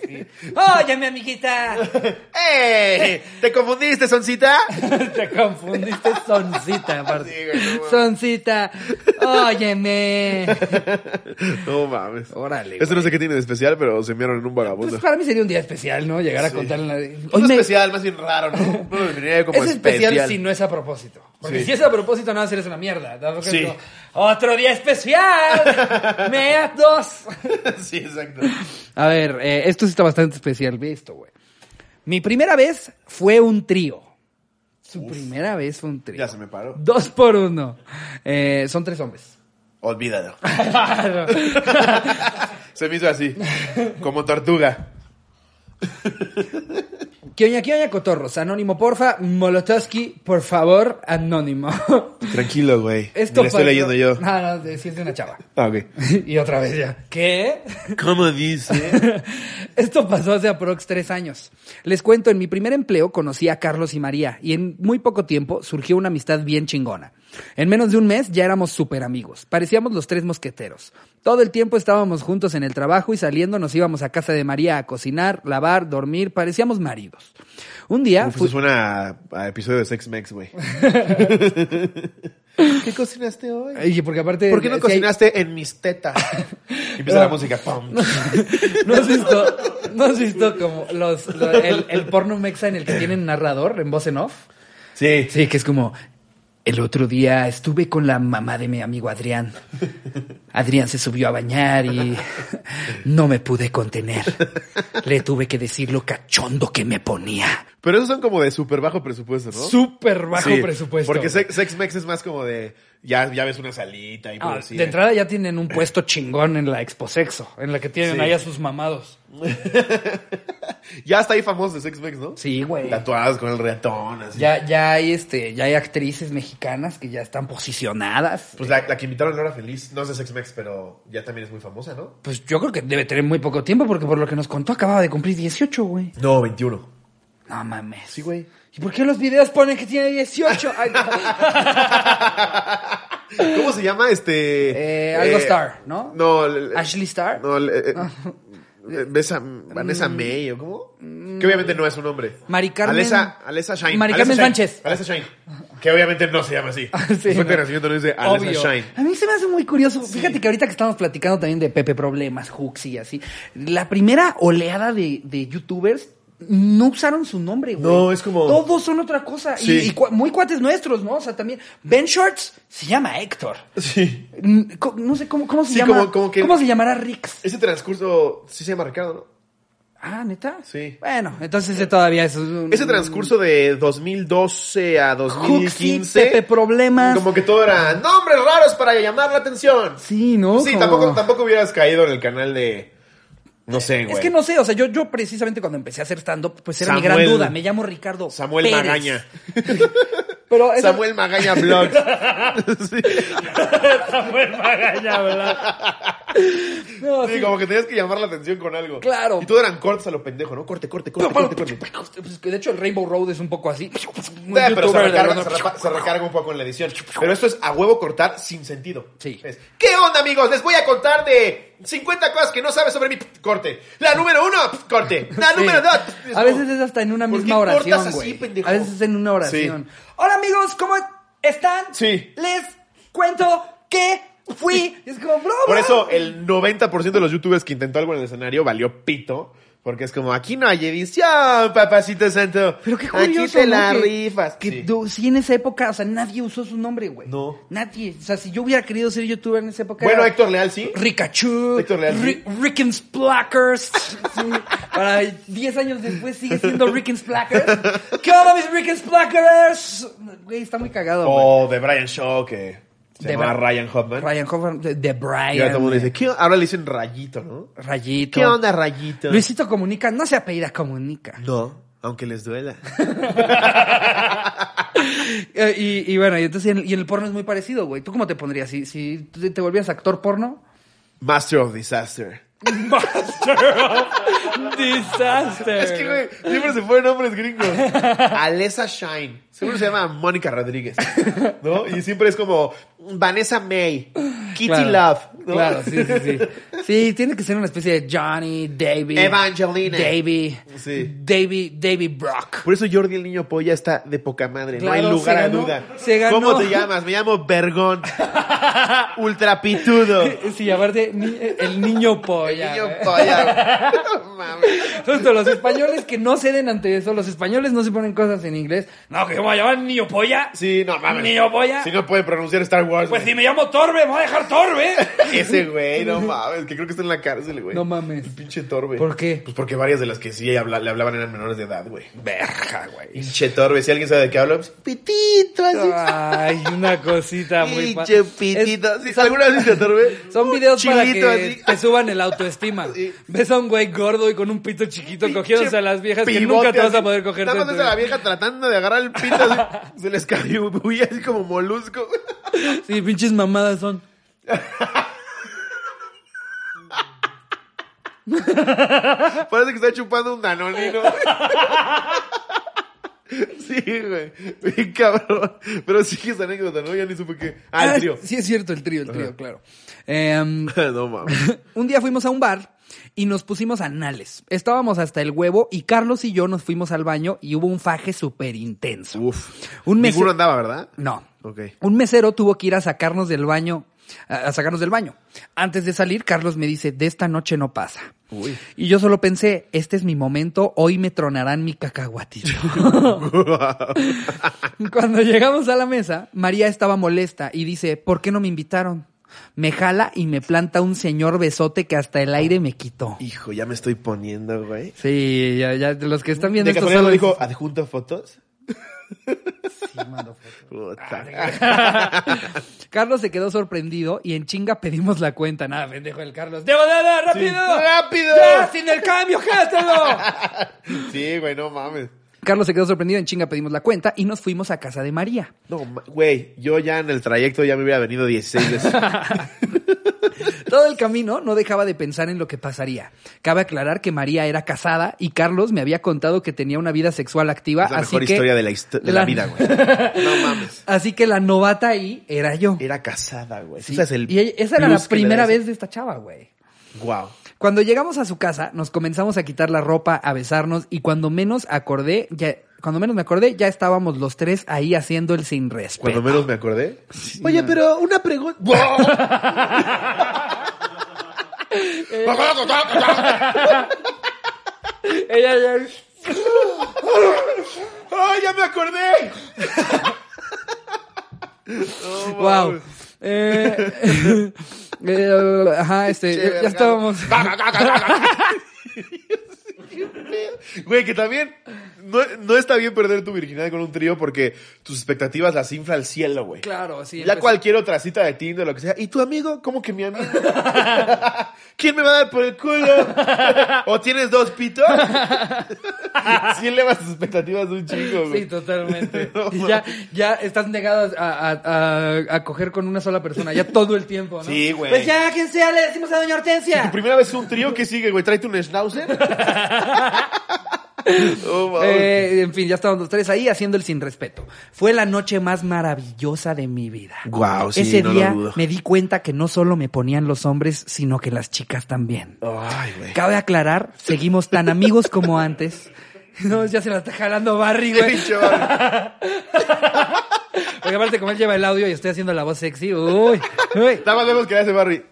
¡Oye, mi amiguita!
¡Ey! ¿Te confundiste, soncita?
Te confundiste, soncita, aparte.
Sí, güey, no mames.
Soncita, óyeme.
No mames.
Órale,
Eso no sé qué tiene de especial, pero se miraron en un vagabundo.
Pues para mí sería un día especial, ¿no? Llegar a contarle. la-
Es
Hoy me-
especial, más bien raro, ¿no? No lo definiría como
Es especial, si no es a propósito. Porque
Sí.
si es a propósito, nada, eres una mierda. dado que
Sí.
no- ¡Otro día especial! ¡Mea dos!
sí, exacto.
A ver, eh, esto sí está bastante especial. Ve esto, güey. Mi primera vez fue un trío. Su primera vez fue un trío.
Ya se me paró.
Dos por uno. Eh, son tres hombres.
Olvídalo. se me hizo así. Como tortuga.
Kioña, Kioña, Cotorros. Anónimo, porfa. Molotowski, por favor, anónimo.
Tranquilo, güey.
Esto
Lo estoy
pasó-
leyendo yo.
No, no, de- sí es de una chava.
Ah, ok.
y otra vez ya. ¿Qué?
¿Cómo dice?
Esto pasó hace aprox tres años. Les cuento, en mi primer empleo conocí a Carlos y María y en muy poco tiempo surgió una amistad bien chingona. En menos de un mes ya éramos súper amigos. Parecíamos los tres mosqueteros. Todo el tiempo estábamos juntos en el trabajo y saliendo nos íbamos a casa de María a cocinar, lavar, dormir. Parecíamos maridos. Un día...
Uf,
fui-
eso suena a, a episodio de Sex Mex, güey. ¿Qué cocinaste hoy?
Oye, porque aparte...
¿Por qué no
si hay-
cocinaste en mis tetas? Y Empieza la música. Pam.
¿No has visto, no has visto como los, lo- el, el porno mexa en el que tienen narrador en voz en off?
Sí.
Sí, que es como, el otro día estuve con la mamá de mi amigo Adrián. Adrián se subió a bañar y no me pude contener. Le tuve que decir lo cachondo que me ponía.
Pero esos son como de súper bajo presupuesto, ¿no?
Súper bajo
Sí,
presupuesto.
Porque Sex, Sex Mex es más como de. Ya, ya ves una salita y por
Ah,
así.
de entrada ya tienen un puesto chingón en la Exposexo, en la que tienen
Sí.
ahí a sus mamados.
Ya está ahí famoso de Sex Mex, ¿no?
Sí, güey.
Tatuadas con el ratón, así.
Ya, ya hay este, ya hay actrices mexicanas que ya están posicionadas.
Pues la, la que invitaron a Laura Feliz, no es de Sex Mex, pero ya también es muy famosa, ¿no?
Pues yo creo que debe tener muy poco tiempo porque por lo que nos contó acababa de cumplir 18, güey.
No, 21.
No mames.
Sí, güey.
¿Y por qué los videos ponen que tiene 18? Ay, no.
¿Cómo se llama este?
Eh, algo Star, ¿no?
No, el- el-
Ashley Star. Mm.
No, el- eh, eh, Besa- Vanessa May, ¿o cómo? Que obviamente no es su nombre.
Mari Carmen-
Alesa, Alesa Shine.
Mari
Alesa
Carmen
Shine.
Sánchez. Ah,
Alesa Shine. Que obviamente no se llama así. Su fuente de
no.
nacimiento no dice Alesa
Obvio.
Shine.
A mí se me hace muy curioso. Fíjate que ahorita que estamos platicando también de Pepe Problemas, Hooks y así, la primera oleada de, de youtubers no usaron su nombre, güey.
No, es como-
Todos son otra cosa. Y-
Sí.
Y, cua- muy cuates nuestros, ¿no? O sea, también. Ben Shorts se llama Héctor.
Sí.
Mm, co- No sé cómo, cómo se
Sí,
llama.
como- como que-
¿Cómo se llamará Rix?
Ese transcurso sí se llama Ricardo, ¿no?
Ah, neta.
Sí.
Bueno, entonces ese todavía es un.
Ese transcurso de 2012 a
Tepe
2015.
problemas.
Como que todo era nombres raros para llamar la atención.
Sí, ¿no?
Sí,
Como-
tampoco, tampoco hubieras caído en el canal de. No sé, güey.
Es que no sé, o sea, yo, yo precisamente cuando empecé a hacer stand-up, pues era mi gran
Samuel-
duda. Me llamo Ricardo.
Samuel
Pérez.
Magaña.
Pero eso-
Samuel Magaña Vlogs. Sí.
Magaña, ¿verdad?
no,
Sí,
sí.
como que tenías que llamar la atención con algo.
Claro.
Y todo eran cortes a lo pendejo, ¿no? Corte, corte, corte, corte, corte.
Pues, De hecho, el Rainbow Road es un poco así.
Sí,
Un
Eh, pero se
youtuber de
recarga, se,
verdad.
repa- se recarga un poco en la edición. Pero esto es a huevo cortar sin sentido.
Sí.
Es, ¿Qué onda, amigos? Les voy a contar de 50 cosas que no sabes sobre mi corte. La número uno, corte. La
Sí.
número dos. Es
A
como-
veces es hasta en una
pues, ¿por qué
misma
cortas
oración,
así,
güey.
pendejo?
A veces es en una oración. Hola amigos, ¿cómo están?
Sí.
Les cuento que fui. Es como, bro.
Por
bro.
eso el 90% de los youtubers que intentó algo en el escenario valió pito. Porque es como, aquí no hay edición, papacito santo.
Pero qué curioso,
Aquí te
¿no?
la
que,
rifas.
Que
Sí.
du- sí, en esa época, o sea, nadie usó su nombre, güey.
No.
Nadie. O sea, si yo hubiera querido ser youtuber en esa época.
Bueno,
era
Héctor Leal, sí.
Rikachu,
Héctor Leal,
Ri- Rickens Plackers. sí. Para 10 años después sigue siendo Rickens Plackers. ¿Qué onda, mis Rickens Plackers? Güey, está muy cagado, güey.
O de Brian Shaw, que se
De
llama
Bra-
Ryan Hoffman.
Ryan Hoffman, de, de
Y ahora Oh, todo el mundo
Brian.
dice, ¿qué- Ahora le dicen rayito, ¿no?
Rayito.
¿Qué onda, rayito?
Luisito Comunica, no se apellida Comunica.
No, aunque les duela.
Eh, y, y bueno, y entonces y en, y en el porno es muy parecido, güey. ¿Tú cómo te pondrías? Si, si tú te- te volvieras actor porno.
Master of Disaster.
Disaster.
Es que, güey, E siempre se ponen nombres gringos. Alessa Shine. Seguro se llama Mónica Rodríguez. ¿No? Y siempre es como Vanessa May, Kitty
Claro,
Love. ¿no?
Claro, sí, sí, sí. Sí, tiene que ser una especie de Johnny, David.
Evangelina.
Davey.
Sí.
Davey, Davey Brock.
Por eso Jordi el Niño Polla está de poca madre. no hay
Claro,
lugar
se
a
ganó-
duda.
se ganó.
¿Cómo te llamas? Me llamo Bergón. Ultrapitudo.
Sí, llamarte ni- el niño polla.
Niño
güey.
Polla. No mames.
Justo, los españoles que no ceden ante eso, los españoles no se ponen cosas en inglés. No, que me voy a llamar niño polla.
Sí, no mames.
Niño polla.
Si no puede pronunciar Star Wars.
Pues
güey.
si me llamo Torbe, me voy a dejar Torbe.
Ese güey, no mames, que creo que está en la cárcel, güey.
No mames.
Pinche torbe.
¿Por qué?
Pues porque varias de las que sí habla- le hablaban eran menores de edad, güey.
Verja, güey.
Pinche torbe. Si alguien sabe de qué hablo, pues, pitito, así.
Ay, una cosita Ah, muy pa-
Pinche
Es-
pitito. Sí, ¿Alguna vez dice torbe?
Son videos para
Chilito
que
así.
te suban el autoestima.
Sí.
Ves a un güey gordo y con un pito chiquito
Pinche
cogiéndose a las viejas que
pivote
nunca te vas
así.
a poder coger.
Nada más ves a la vieja tratando de agarrar el pito así. Se les cayó güey, así como molusco.
Sí, pinches mamadas son.
Parece que está chupando un danonino. Sí, güey. Bien cabrón. Pero sí que esa anécdota, ¿no? Ya ni supe qué. Ah, el trío.
Ah, Sí, es cierto, el trío, el trío, claro. Em,
No mames.
un día fuimos a un bar y nos pusimos anales. Estábamos hasta el huevo y Carlos y yo nos fuimos al baño y hubo un faje súper intenso.
Uf.
Un mes-
Ninguno andaba, ¿verdad?
No.
Ok.
Un mesero tuvo que ir a sacarnos del baño, a a sacarnos del baño. Antes de salir, Carlos me dice, de esta noche no pasa.
Uy.
Y yo solo pensé, este es mi momento, hoy me tronarán mi cacahuatito. Cuando llegamos a la mesa, María estaba molesta y dice, ¿por qué no me invitaron? Me jala y me planta un señor besote que hasta el aire me quitó.
Hijo, ya me estoy poniendo, güey.
Sí, ya, ya, los que están viendo
De
esto
casualidad
solo
lo dijo,
es-
¿adjunto fotos?
Sí, mando fotos. Ah,
Puta.
Carlos se quedó sorprendido y en chinga pedimos la cuenta. Nada, pendejo el Carlos. ¡Debo de dar! ¡Rápido!
¡Rápido!
¡Ya, sin el cambio, cástalo!
Sí, güey, no mames.
Carlos se quedó sorprendido, en chinga pedimos la cuenta y nos fuimos a casa de María.
No, ma- güey, yo ya en el trayecto ya me hubiera venido 16 veces.
Todo el camino no dejaba de pensar en lo que pasaría. Cabe aclarar que María era casada y Carlos me había contado que tenía una vida sexual activa.
Es la
así
mejor
que,
historia de la, histo- de la vida, güey. No mames.
Así que la novata ahí era yo.
Era casada, güey.
Sí.
Ese es el
y ella- esa era la
plus que le da
primera
ese-
vez de esta chava, güey.
Guau.
Cuando llegamos a su casa, nos comenzamos a quitar la ropa, a besarnos y cuando menos acordé, ya, cuando menos me acordé, ya estábamos los tres ahí haciendo el sin respeto.
Cuando menos me acordé. Oye, pero una pregunta.
Ella ya.
¡Ay, ya me acordé!
Wow. Eh, eh, ajá, este,
Che,
ya
vergado.
estábamos.
Güey, que también no, no está bien perder tu virginidad con un trío porque tus expectativas las infla al cielo, güey.
Claro, sí. pues.
Ya
empezó-
cualquier otra cita de Tinder, lo que sea. ¿Y tu amigo? ¿Cómo que mi amigo? ¿Quién me va a dar por el culo? ¿O tienes dos pitos? sí elevas tus expectativas un chingo, güey.
Sí, totalmente.
No,
y ya, ya estás negado a, a- a- a coger con una sola persona, ya todo el tiempo, ¿no?
Sí, güey.
Pues ya, quien sea, le decimos a Doña
Tu
Hortensia.
primera vez es un trío, ¿qué sigue, güey? ¿Tráete un schnauzer? Oh, wow.
Eh, en fin, ya estábamos los tres ahí haciendo el sin respeto. Fue la noche más maravillosa de mi vida.
Guau, sí,
Ese
no lo
día
dudo.
me di cuenta que no solo me ponían los hombres, sino que las chicas también.
Ay, güey.
Cabe aclarar, seguimos tan amigos como antes. No, ya se la está jalando Barry, güey.
Pinche barrio.
Porque aparte, como él lleva el audio y estoy haciendo la voz sexy, uy, uy.
Nada más vemos que le hace Barry.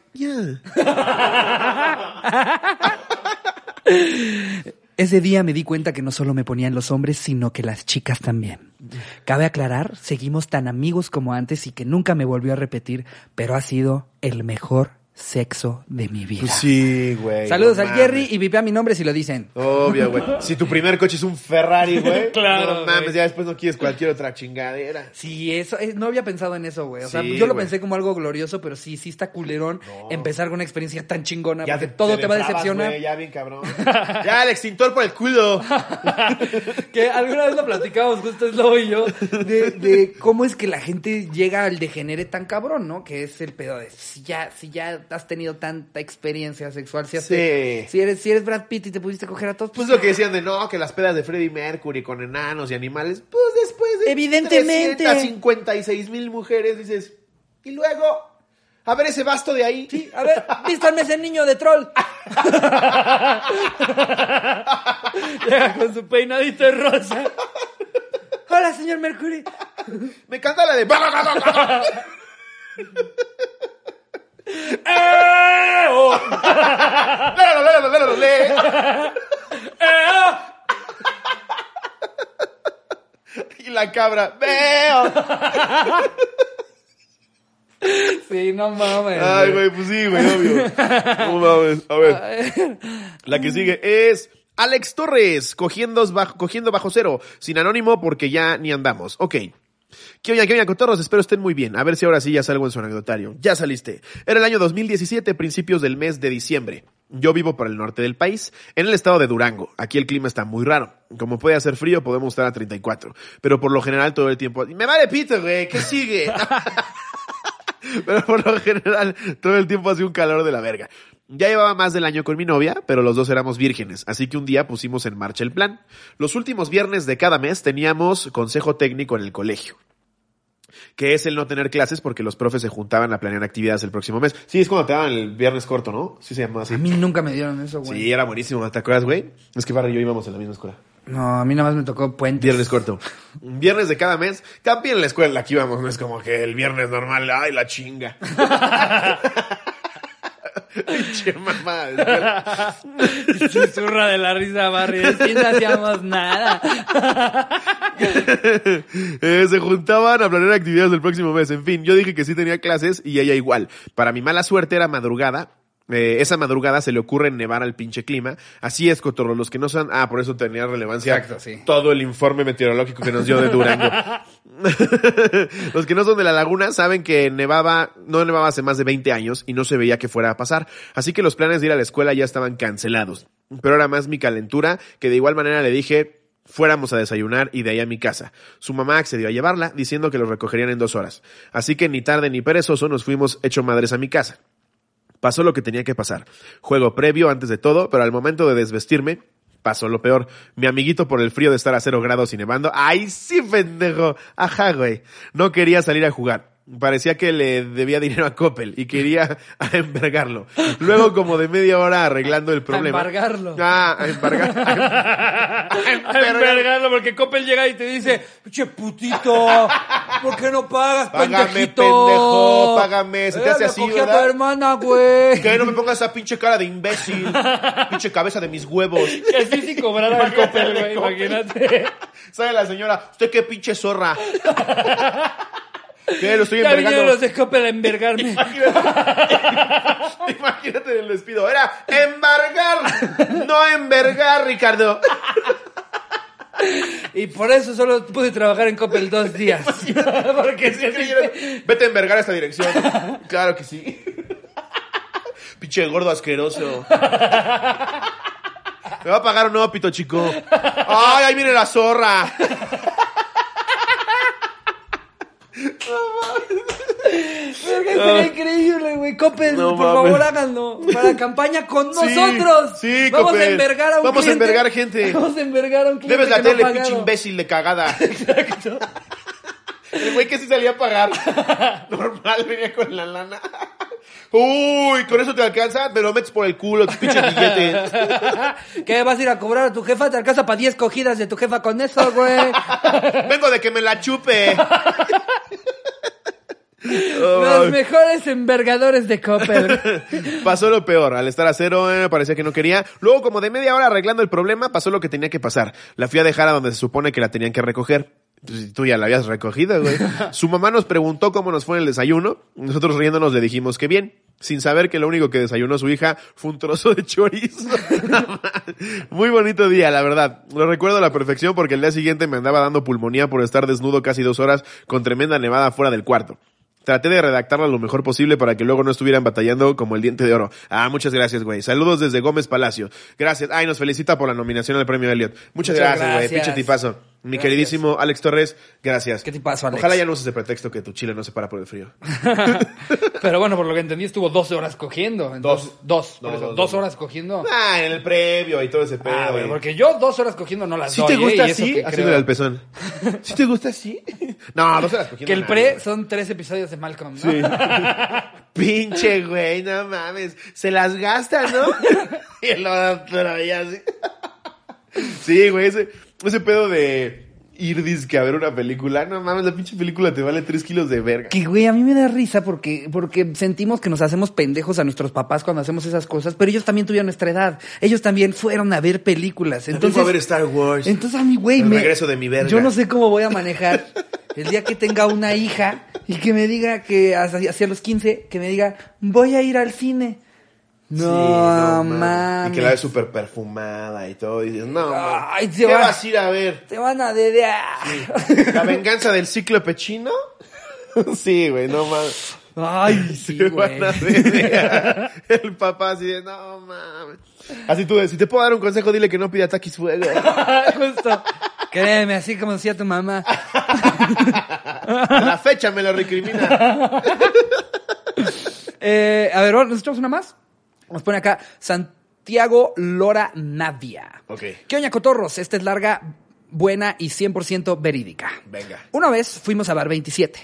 Ese día me di cuenta que no solo me ponían los hombres, sino que las chicas también. Cabe aclarar, seguimos tan amigos como antes y que nunca me volvió a repetir, pero ha sido el mejor sexo de mi vida.
Pues sí, güey.
Saludos
no
al
mames.
Jerry y vipea mi nombre si lo dicen.
Obvio, güey. Si tu primer coche es un Ferrari, güey.
Claro,
No mames,
güey.
ya después no quieres cualquier otra chingadera.
Sí, eso, eh, no había pensado en eso, güey. O sea,
Sí,
yo lo
güey.
pensé como algo glorioso, pero sí, sí está culerón empezar con una experiencia tan chingona, porque todo te, va a
depravas,
decepcionar.
güey, ya bien cabrón. ya el extintor por el culo.
que alguna vez lo platicamos, justo Slobo y yo, de, de cómo es que la gente llega al degenere tan cabrón, ¿no? Que es el pedo de si ya, si ya has tenido tanta experiencia sexual, si, has-
Sí.
si eres, si eres Brad Pitt y te pudiste coger a todos, pues
Pues lo que decían de no, que las pedas de Freddie Mercury con enanos y animales. Pues después de
Evidentemente.
356 mil mujeres dices. Y luego, a ver ese basto de ahí.
sí, a ver, vístanme ese niño de troll.
Llega con su peinadito de rosa.
Hola, señor Mercury.
Me canta la de.
¡Eh! ¡Oh!
y la cabra. Veo.
Sí, no mames.
Ay, güey, pues sí, güey, obvio. No mames. A ver. La que sigue es Alex Torres, cogiendo bajo, cogiendo bajo cero, sin anónimo porque ya ni andamos. Ok. ¿Qué oña, qué oña, cotorros? Espero estén muy bien. A ver si ahora sí ya salgo en su anecdotario. Ya saliste. Era el año 2017, principios del mes de diciembre. Yo vivo para el norte del país, en el estado de Durango. Aquí el clima está muy raro. Como puede hacer frío, podemos estar a 34. Pero por lo general todo el tiempo... ¡Me vale pito, güey! ¿Qué sigue? Pero por lo general, todo el tiempo hacía un calor de la verga. Ya llevaba más del año con mi novia, pero los dos éramos vírgenes, así que un día pusimos en marcha el plan. Los últimos viernes de cada mes teníamos consejo técnico en el colegio, que es el no tener clases porque los profes se juntaban a planear actividades el próximo mes. Sí, es cuando te daban el viernes corto, ¿no? Sí se llamaba así.
A mí nunca me dieron eso, güey.
Sí, era buenísimo, ¿te acuerdas, güey? Es que Barry y yo íbamos en la misma escuela.
No, a mí nada más me tocó puentes.
Viernes corto. Viernes de cada mes. También en la escuela aquí vamos, no es como que el viernes normal, ay, la chinga. Pinche mamá. de escuela.
Susurra de la risa, Barry. Es que no hacíamos nada.
Eh, se juntaban a planear actividades del próximo mes. En fin, yo dije que sí tenía clases y ella igual. Para mi mala suerte era madrugada. Eh, esa madrugada se le ocurre nevar al pinche clima. Así es, Cotorro. Los que no saben. Ah, por eso tenía relevancia
Exacto, sí.
todo el informe meteorológico que nos dio de Durango. Los que no son de la laguna saben que nevaba, no nevaba hace más de 20 años y no se veía que fuera a pasar, así que los planes de ir a la escuela ya estaban cancelados. Pero era más mi calentura, que de igual manera le dije fuéramos a desayunar y de ahí a mi casa. Su mamá accedió a llevarla, diciendo que los recogerían en dos horas. Así que ni tarde ni perezoso nos fuimos hecho madres a mi casa. Pasó lo que tenía que pasar. Juego previo antes de todo, pero al momento de desvestirme, pasó lo peor. Mi amiguito por el frío de estar a cero grados y nevando. ¡Ay, sí, pendejo! Ajá, güey. No quería salir a jugar. Parecía que le debía dinero a Coppel y quería a embargarlo. Luego, como de media hora arreglando el problema.
embargarlo.
Ah, a embargar. a
A
embargar.
envergarlo, porque Coppel llega y te dice, che putito, ¿por qué no pagas,
Págame,
pendejito?
pendejo, págame. Se te
Eh,
hace
me
así,
cogí a
¿verdad?
tu hermana, güey.
Que no me pongas esa pinche cara de imbécil. pinche cabeza de mis huevos.
Que así sí cobrara el Coppel, güey, imagínate.
Sale la señora, usted qué pinche zorra. Que lo estoy
Ya vinieron
envergando.
los de Coppel a envergarme.
Imagínate, imagínate el despido. Era embargar, no envergar, Ricardo.
Y por eso solo pude trabajar en Coppel dos días. Porque si así
Vete a envergar a esta dirección. Claro que sí. Pinche gordo asqueroso. ¿Me va a pagar o no, pito chico? ¡Ay, ahí viene la zorra!
Verga, estaría increíble, güey. Coppel,
No
por
mames.
favor, háganlo. Para campaña con
Sí,
nosotros.
sí,
Vamos
Coppel.
a envergar a un
Vamos a
cliente.
envergar gente.
Vamos a envergar a un cliente.
Debes la
que no ha
tele,
pagado.
pinche imbécil de cagada. El güey que sí salía a pagar. Normal, venía con la lana. Uy, con eso te alcanza, me lo metes por el culo, tu pinche billete.
¿Qué vas a ir a cobrar a tu jefa? Te alcanza para 10 cogidas de tu jefa con eso, güey.
Vengo de que me la chupe.
Los mejores envergadores de Coppel.
Pasó lo peor, al estar a cero eh, parecía que no quería. Luego, como de media hora arreglando el problema, pasó lo que tenía que pasar. La fui a dejar a donde se supone que la tenían que recoger. Pues, Tú ya la habías recogido, güey. Su mamá nos preguntó cómo nos fue en el desayuno. Nosotros riéndonos le dijimos que bien, sin saber que lo único que desayunó su hija fue un trozo de chorizo. Muy bonito día, la verdad. Lo recuerdo a la perfección porque el día siguiente me andaba dando pulmonía por estar desnudo casi dos horas con tremenda nevada fuera del cuarto. Traté de redactarla lo mejor posible para que luego no estuvieran batallando como el diente de oro. Ah, muchas gracias, güey. Saludos desde Gómez Palacio. Gracias. Ay, nos felicita por la nominación al premio Elliot. Muchas,
Muchas
gracias, güey.
gracias.
Pinche tipazo. Mi queridísimo Alex Torres, gracias.
¿Qué tipazo, Alex?
Ojalá ya no uses el pretexto que tu chile no se para por el frío.
Pero bueno, por lo que entendí, estuvo 12 horas cogiendo. Entonces,
Dos.
Dos.
No,
por eso,
dos,
dos,
dos.
horas cogiendo.
Ah, en el previo y todo ese pedo.
Ah,
güey.
bueno, porque yo dos horas cogiendo no las
¿Sí
doy.
te
¿eh?
gusta
Y eso
así?
que
Haciéndole
creo.
al pezón. ¿Sí te gusta así? No, no se las cogí,
Que
no
el
mames,
pre
güey.
son tres episodios de Malcolm, ¿no?
Pinche güey, no mames. Se las gasta, ¿no? y el otro ya así. sí, güey, ese, ese pedo de ir disque a ver una película. No mames, la pinche película te vale 3 kilos de verga.
Que, güey, a mí me da risa porque, porque sentimos que nos hacemos pendejos a nuestros papás cuando hacemos esas cosas, pero ellos también tuvieron nuestra edad. Ellos también fueron a ver películas. Entonces,
Vengo a ver Star Wars.
entonces a mí, güey,
El
me-
regreso de mi verga.
Yo no sé cómo voy a manejar el día que tenga una hija y que me diga que hacia, hacia los 15, que me diga, voy a ir al cine. No,
Sí, no mames.
mames.
Y que la ves súper perfumada y todo. Y dices, no, mames,
Ay, se
¿qué
va.
vas a ir a ver?
Te van a dedear.
¿La venganza del cíclope chino? sí, güey, no mames.
Ay, sí,
Te
güey.
van a ver. El papá así de, no mames. Así tú, si te puedo dar un consejo, dile que no pida taquis fuego.
Justo.
Créeme, así como decía tu mamá.
A la fecha me lo recrimina.
Eh, a ver, ¿nos echamos una más? Nos pone acá Santiago Lora Nadia.
Ok.
¿Qué oña, cotorros? Esta es larga, buena y 100% verídica.
Venga.
Una vez fuimos a Bar 27.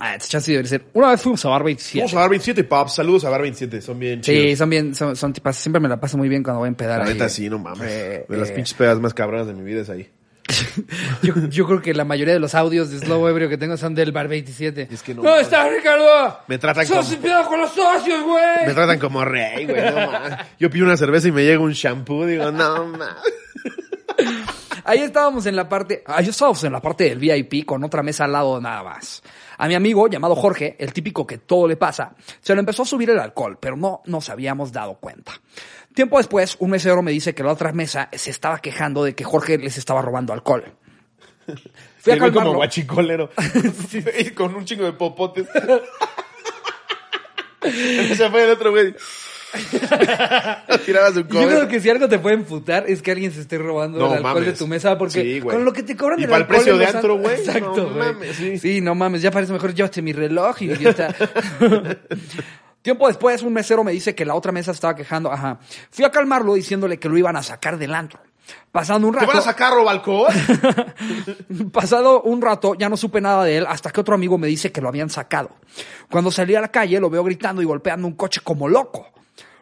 Ah, este chance debe ser. Una vez fuimos a Bar 27.
Vamos a Bar 27, paps. Saludos a Bar 27. Son bien
Sí,
chidos.
son bien, son, son tipas. Siempre me la paso muy bien cuando voy a empedar.
La
ahí.
neta sí, no mames.
Eh,
de las
eh.
pinches pedas más cabronas de mi vida es ahí.
Yo, yo creo que la mayoría de los audios de Slow Ebrio que tengo son del Bar 27.
Es que no.
¿Dónde estás, Ricardo?
Me tratan
¡Sos
como-
cuidado con los socios,
Me
güey!
tratan como rey, güey. No mames. Yo pido una cerveza y me llega un shampoo. Digo, no mames.
Ahí estábamos en la parte, ahí estábamos en la parte del VIP con otra mesa al lado nada más. A mi amigo llamado Jorge, el típico que todo le pasa, se le empezó a subir el alcohol, pero no nos habíamos dado cuenta. Tiempo después, un mesero me dice que la otra mesa se estaba quejando de que Jorge les estaba robando alcohol. Fui a
Llegó como
calmarlo.
guachicolero. Y Con un chingo de popotes. Se fue el otro güey. Tiraba su
Yo
cover.
creo que si algo te puede enfutar es que alguien se esté robando
No
el alcohol
mames.
de tu mesa porque
Sí, güey.
con lo que te cobran
Y
el
para el
alcohol
precio
en
de
Los
antro,
Santos-
güey.
Exacto,
No
güey.
mames, sí.
sí. no mames, ya parece mejor llévate mi reloj y ya está. Tiempo después un mesero me dice que la otra mesa estaba quejando, ajá. Fui a calmarlo diciéndole que lo iban a sacar del antro. Pasando un
¿Te
rato,
van a sacar, Robalcó?
pasado un rato ya no supe nada de él hasta que otro amigo me dice que lo habían sacado. Cuando salí a la calle lo veo gritando y golpeando un coche como loco.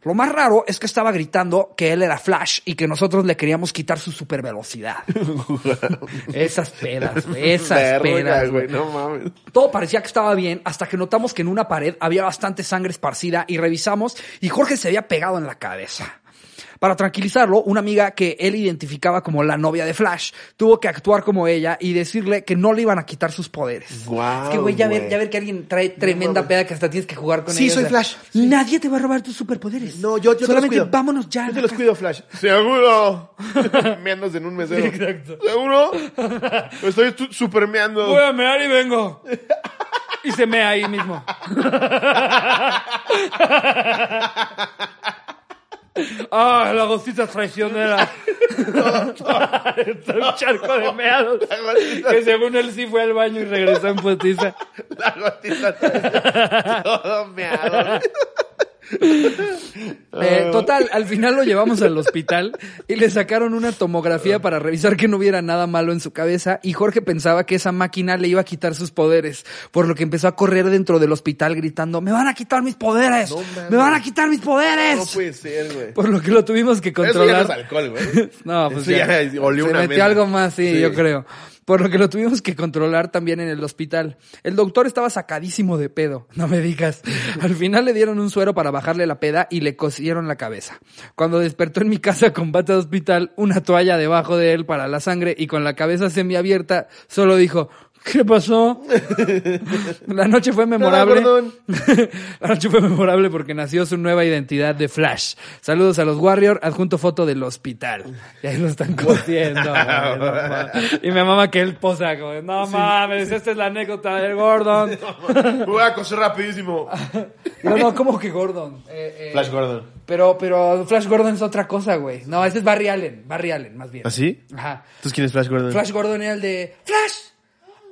Lo más raro es que estaba gritando que él era Flash y que nosotros le queríamos quitar su supervelocidad. esas pedas, güey, esas
Verga,
pedas, güey.
güey. No mames.
Todo parecía que estaba bien hasta que notamos que en una pared había bastante sangre esparcida y revisamos y Jorge se había pegado en la cabeza. Para tranquilizarlo, una amiga que él identificaba como la novia de Flash tuvo que actuar como ella y decirle que no le iban a quitar sus poderes.
Guau,
es que, güey, ya ver,
güey.
ya ver que alguien trae tremenda peda que hasta tienes que jugar con
Sí,
ella,
soy Flash. Sí.
Nadie te va a robar tus superpoderes.
No, yo, yo te
Solamente
los cuido.
vámonos ya.
Yo te los cuido, Flash. Seguro. Meándose en un mesero.
Exacto.
Seguro. Estoy tu- supermeando.
Voy a mear y vengo. Y se mea ahí mismo. Ah, las gocitas traicioneras. Está un charco de meados. Que según él sí fue al baño y regresó en putiza.
La gotita trae todo meado.
Eh, total, al final lo llevamos al hospital y le sacaron una tomografía para revisar que no hubiera nada malo en su cabeza y Jorge pensaba que esa máquina le iba a quitar sus poderes, por lo que empezó a correr dentro del hospital gritando, me van a quitar mis poderes,
No mames.
me van a quitar mis poderes.
No puede ser, güey.
Por lo que lo tuvimos que
Eso ya no es
controlar.
alcohol, güey.
No, pues
Eso ya,
ya.
olió
se
una
metió
mesa.
algo más, sí,
Sí.
yo creo. Por lo que lo tuvimos que controlar también en el hospital. El doctor estaba sacadísimo de pedo, no me digas. Al final le dieron un suero para bajarle la peda y le cosieron la cabeza. Cuando despertó en mi casa con bata de hospital, una toalla debajo de él para la sangre y con la cabeza semiabierta, solo dijo, ¿qué pasó? La noche fue memorable.
Ah, perdón.
La noche fue memorable porque nació su nueva identidad de Flash. Saludos a los Warrior, adjunto foto del hospital. Y ahí lo están cosiendo. güey, no mames. y me mama que él posa, como, no mames, esta es la anécdota del Gordon.
Voy a coser rapidísimo.
No, no, ¿cómo que Gordon? Eh, eh,
Flash Gordon.
Pero, pero Flash Gordon es otra cosa, güey. No, ese es Barry Allen, Barry Allen, más bien.
¿Ah, sí?
Ajá.
¿Entonces quién es Flash Gordon?
Flash Gordon era el de Flash.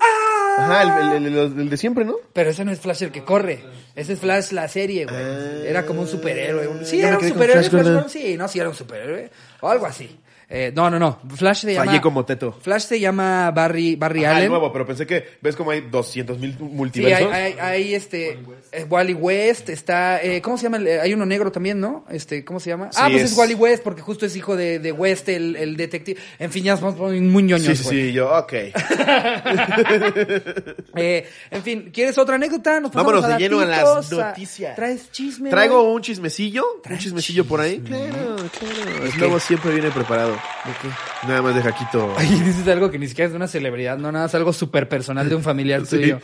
¡Ah!
Ajá, el, el- el- el- el de siempre, ¿no?
Pero ese no es Flash el que corre. Ese es Flash la serie, güey. Era como un superhéroe. un- Sí, era
Ah. Ya me
un
quedé con
superhéroe.
Flash
Flash
Gordon.
Gordon, Sí, no, sí, era un superhéroe. O algo así. Eh, no, no, no. Flash se llama...
Fallé como Teto.
Flash se llama Barry, Barry
Ah, el
Allen.
nuevo, pero pensé que ves como hay 200 mil
Sí, hay,
multiversos.
hay, hay, este... eh, Wally West está... eh, ¿Cómo se llama? el- eh, Hay uno negro también, ¿no? Este, ¿Cómo se llama? ah,
Sí,
pues es...
es-
Wally West porque justo es hijo de, de West, el, el detective. En fin, ya somos muy ñoños,
sí, sí,
güey.
sí, yo, ok.
Eh, en fin, ¿quieres otra anécdota? Nos pasamos
Vámonos de
a
lleno a las
datitos, a-
noticias.
Traes chisme.
Traigo
güey?
un chismecillo, un chismecillo por ahí. Claro, claro. El lobo siempre viene preparado. Nada más de Jaquito.
Ay, dices algo que ni siquiera es de una celebridad, no nada, es algo súper personal de un familiar
Sí.
tuyo.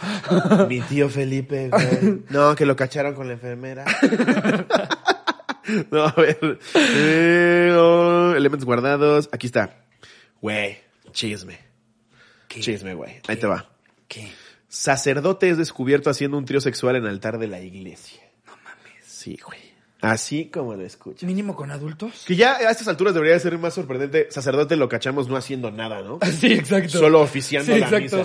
Mi tío Felipe, güey. No, que lo cacharon con la enfermera. no, a ver. Eh, oh, elementos guardados. Aquí está. Güey, chisme. Chisme, güey. Ahí te va.
¿Qué?
Sacerdote es descubierto haciendo un trío sexual en altar de la iglesia. No mames. Sí, güey. Así como lo escuchas.
¿Mínimo con adultos?
Que ya a estas alturas debería ser más sorprendente. Sacerdote lo cachamos no haciendo nada, ¿no?
Sí, exacto.
Solo oficiando
Sí,
la
exacto.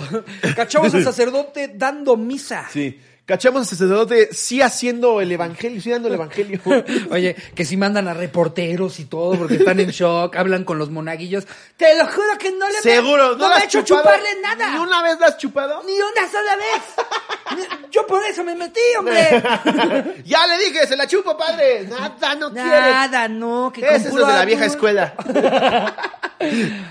misa.
Cachamos al sacerdote dando misa.
Sí. Cachamos al sacerdote sí haciendo el evangelio, sí dando el evangelio.
Oye, que si mandan a reporteros y todo porque están en shock, hablan con los monaguillos. Te lo juro que no le
Seguro, no,
no me
la
he
has
hecho
chupado?
chuparle nada.
¿Ni una vez la has chupado?
Ni una sola vez. Yo por eso me metí, hombre.
ya le dije, se la chupo, padre. Nada, no
Nada, no. Que
quieres. Es
con
eso
puro
de la
árbol.
vieja escuela.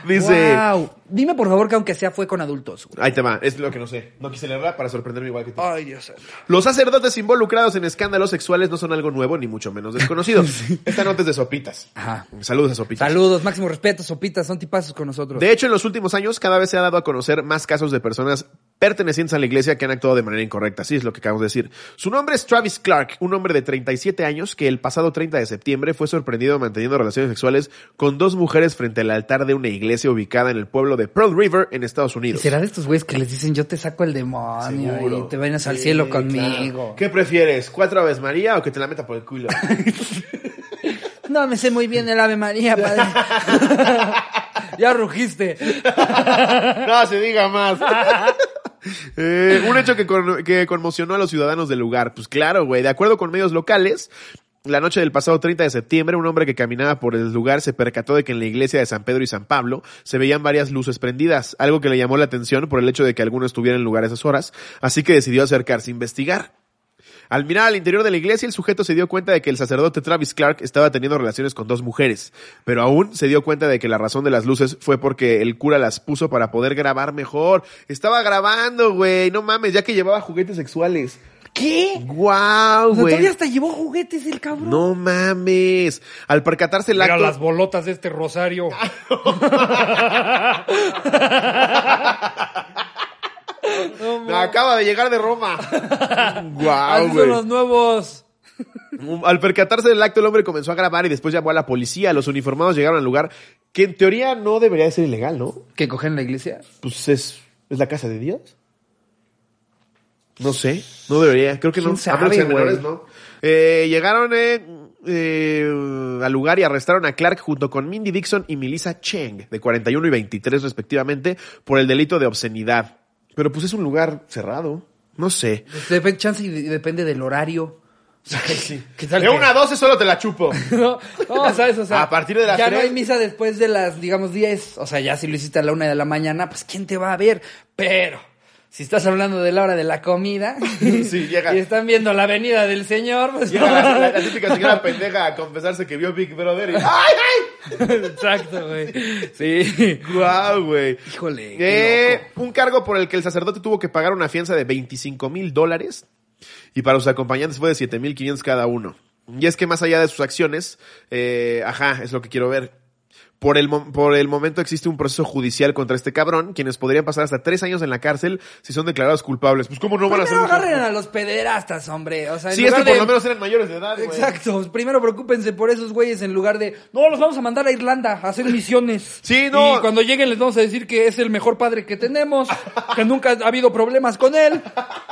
Dice.
Guau. Dime por favor que aunque sea fue con adultos. güey.
Ahí te va, es lo que no sé. No quise leerla para sorprenderme igual que tú.
Ay, Dios santo.
Los sacerdotes involucrados en escándalos sexuales no son algo nuevo, ni mucho menos desconocido. Esta nota es de Sopitas.
Ajá.
Saludos a Sopitas.
Saludos, máximo respeto, sopitas, son tipazos con nosotros.
De hecho, en los últimos años cada vez se ha dado a conocer más casos de personas pertenecientes a la iglesia que han actuado de manera incorrecta, así es lo que acabamos de decir. Su nombre es Travis Clark, un hombre de 37 años que el pasado 30 de septiembre fue sorprendido manteniendo relaciones sexuales con dos mujeres frente al altar de una iglesia ubicada en el pueblo de Pearl River, en Estados
¿Y
Unidos.
será de estos güeyes que les dicen yo te saco el demonio
Seguro.
y te vayas al
Sí,
cielo
claro.
conmigo?
¿Qué prefieres? ¿Cuatro aves María o que te la meta por el culo?
No me sé muy bien el Ave María, padre. ya rugiste.
no se diga más. Eh, un hecho que, con- que conmocionó a los ciudadanos del lugar. Pues claro, güey. De acuerdo con medios locales, la noche del pasado 30 de septiembre, un hombre que caminaba por el lugar se percató de que en la iglesia de San Pedro y San Pablo se veían varias luces prendidas, algo que le llamó la atención por el hecho de que alguno estuviera en el lugar a esas horas, así que decidió acercarse a investigar. Al mirar al interior de la iglesia, el sujeto se dio cuenta de que el sacerdote Travis Clark estaba teniendo relaciones con dos mujeres, pero aún se dio cuenta de que la razón de las luces fue porque el cura las puso para poder grabar mejor. Estaba grabando, güey, no mames, ya que llevaba juguetes sexuales.
¿Qué?
¡Guau,
O sea,
güey!
todavía hasta llevó juguetes el cabrón.
No mames. Al percatarse el
Mira
acto.
las bolotas de este rosario.
Me acaba de llegar de Roma. ¡Guau,
Así son
güey!
los nuevos.
Um, Al percatarse del acto, el hombre comenzó a grabar y después llamó a la policía. Los uniformados llegaron al lugar, que en teoría no debería de ser ilegal, ¿no?
¿Que cogen la iglesia?
Pues es, es la casa de Dios. No sé, no debería, creo que no.
¿Quién
A menos
sabe,
que sean
güey?
menores, ¿no? Eh, llegaron eh, eh, al lugar y arrestaron a Clark junto con Mindy Dixon y Melissa Cheng, de 41 y 23 respectivamente, por el delito de obscenidad. Pero pues es un lugar cerrado, no sé.
Depende, chance y de- depende del horario. ¿Qué tal
De
que-
1 a 12 solo te la chupo.
No, no, ¿sabes? O sea,
A partir de las
Ya no
tres.
hay misa después de las, digamos, 10. O sea, ya si lo hiciste a la una de la mañana, pues ¿quién te va a ver? Pero, si estás hablando de la hora de la comida
Sí, llega.
y están viendo la venida del Señor, pues
Llega la, la- la típica señora pendeja a confesarse que vio Big Brother y ¡ay, ay!
Exacto, güey. Sí.
¡Guau, güey!
Híjole. qué
Eh, un cargo por el que el sacerdote tuvo que pagar una fianza de 25 mil dólares y para sus acompañantes fue de 7 mil 500 cada uno. Y es que más allá de sus acciones, eh, ajá, es lo que quiero ver. Por el, mo- por el momento existe un proceso judicial contra este cabrón, quienes podrían pasar hasta tres años en la cárcel si son declarados culpables. Pues cómo no van
loco.
a ser...
Primero agarren a los pederastas, hombre. O sea, en
Sí, es que
lugar
por
de-
lo menos eran mayores de edad, güey.
Exacto. pues, Primero preocúpense por esos güeyes en lugar de, no, los vamos a mandar a Irlanda a hacer misiones.
Sí, no.
Y cuando lleguen les vamos a decir que es el mejor padre que tenemos, que nunca ha habido problemas con él.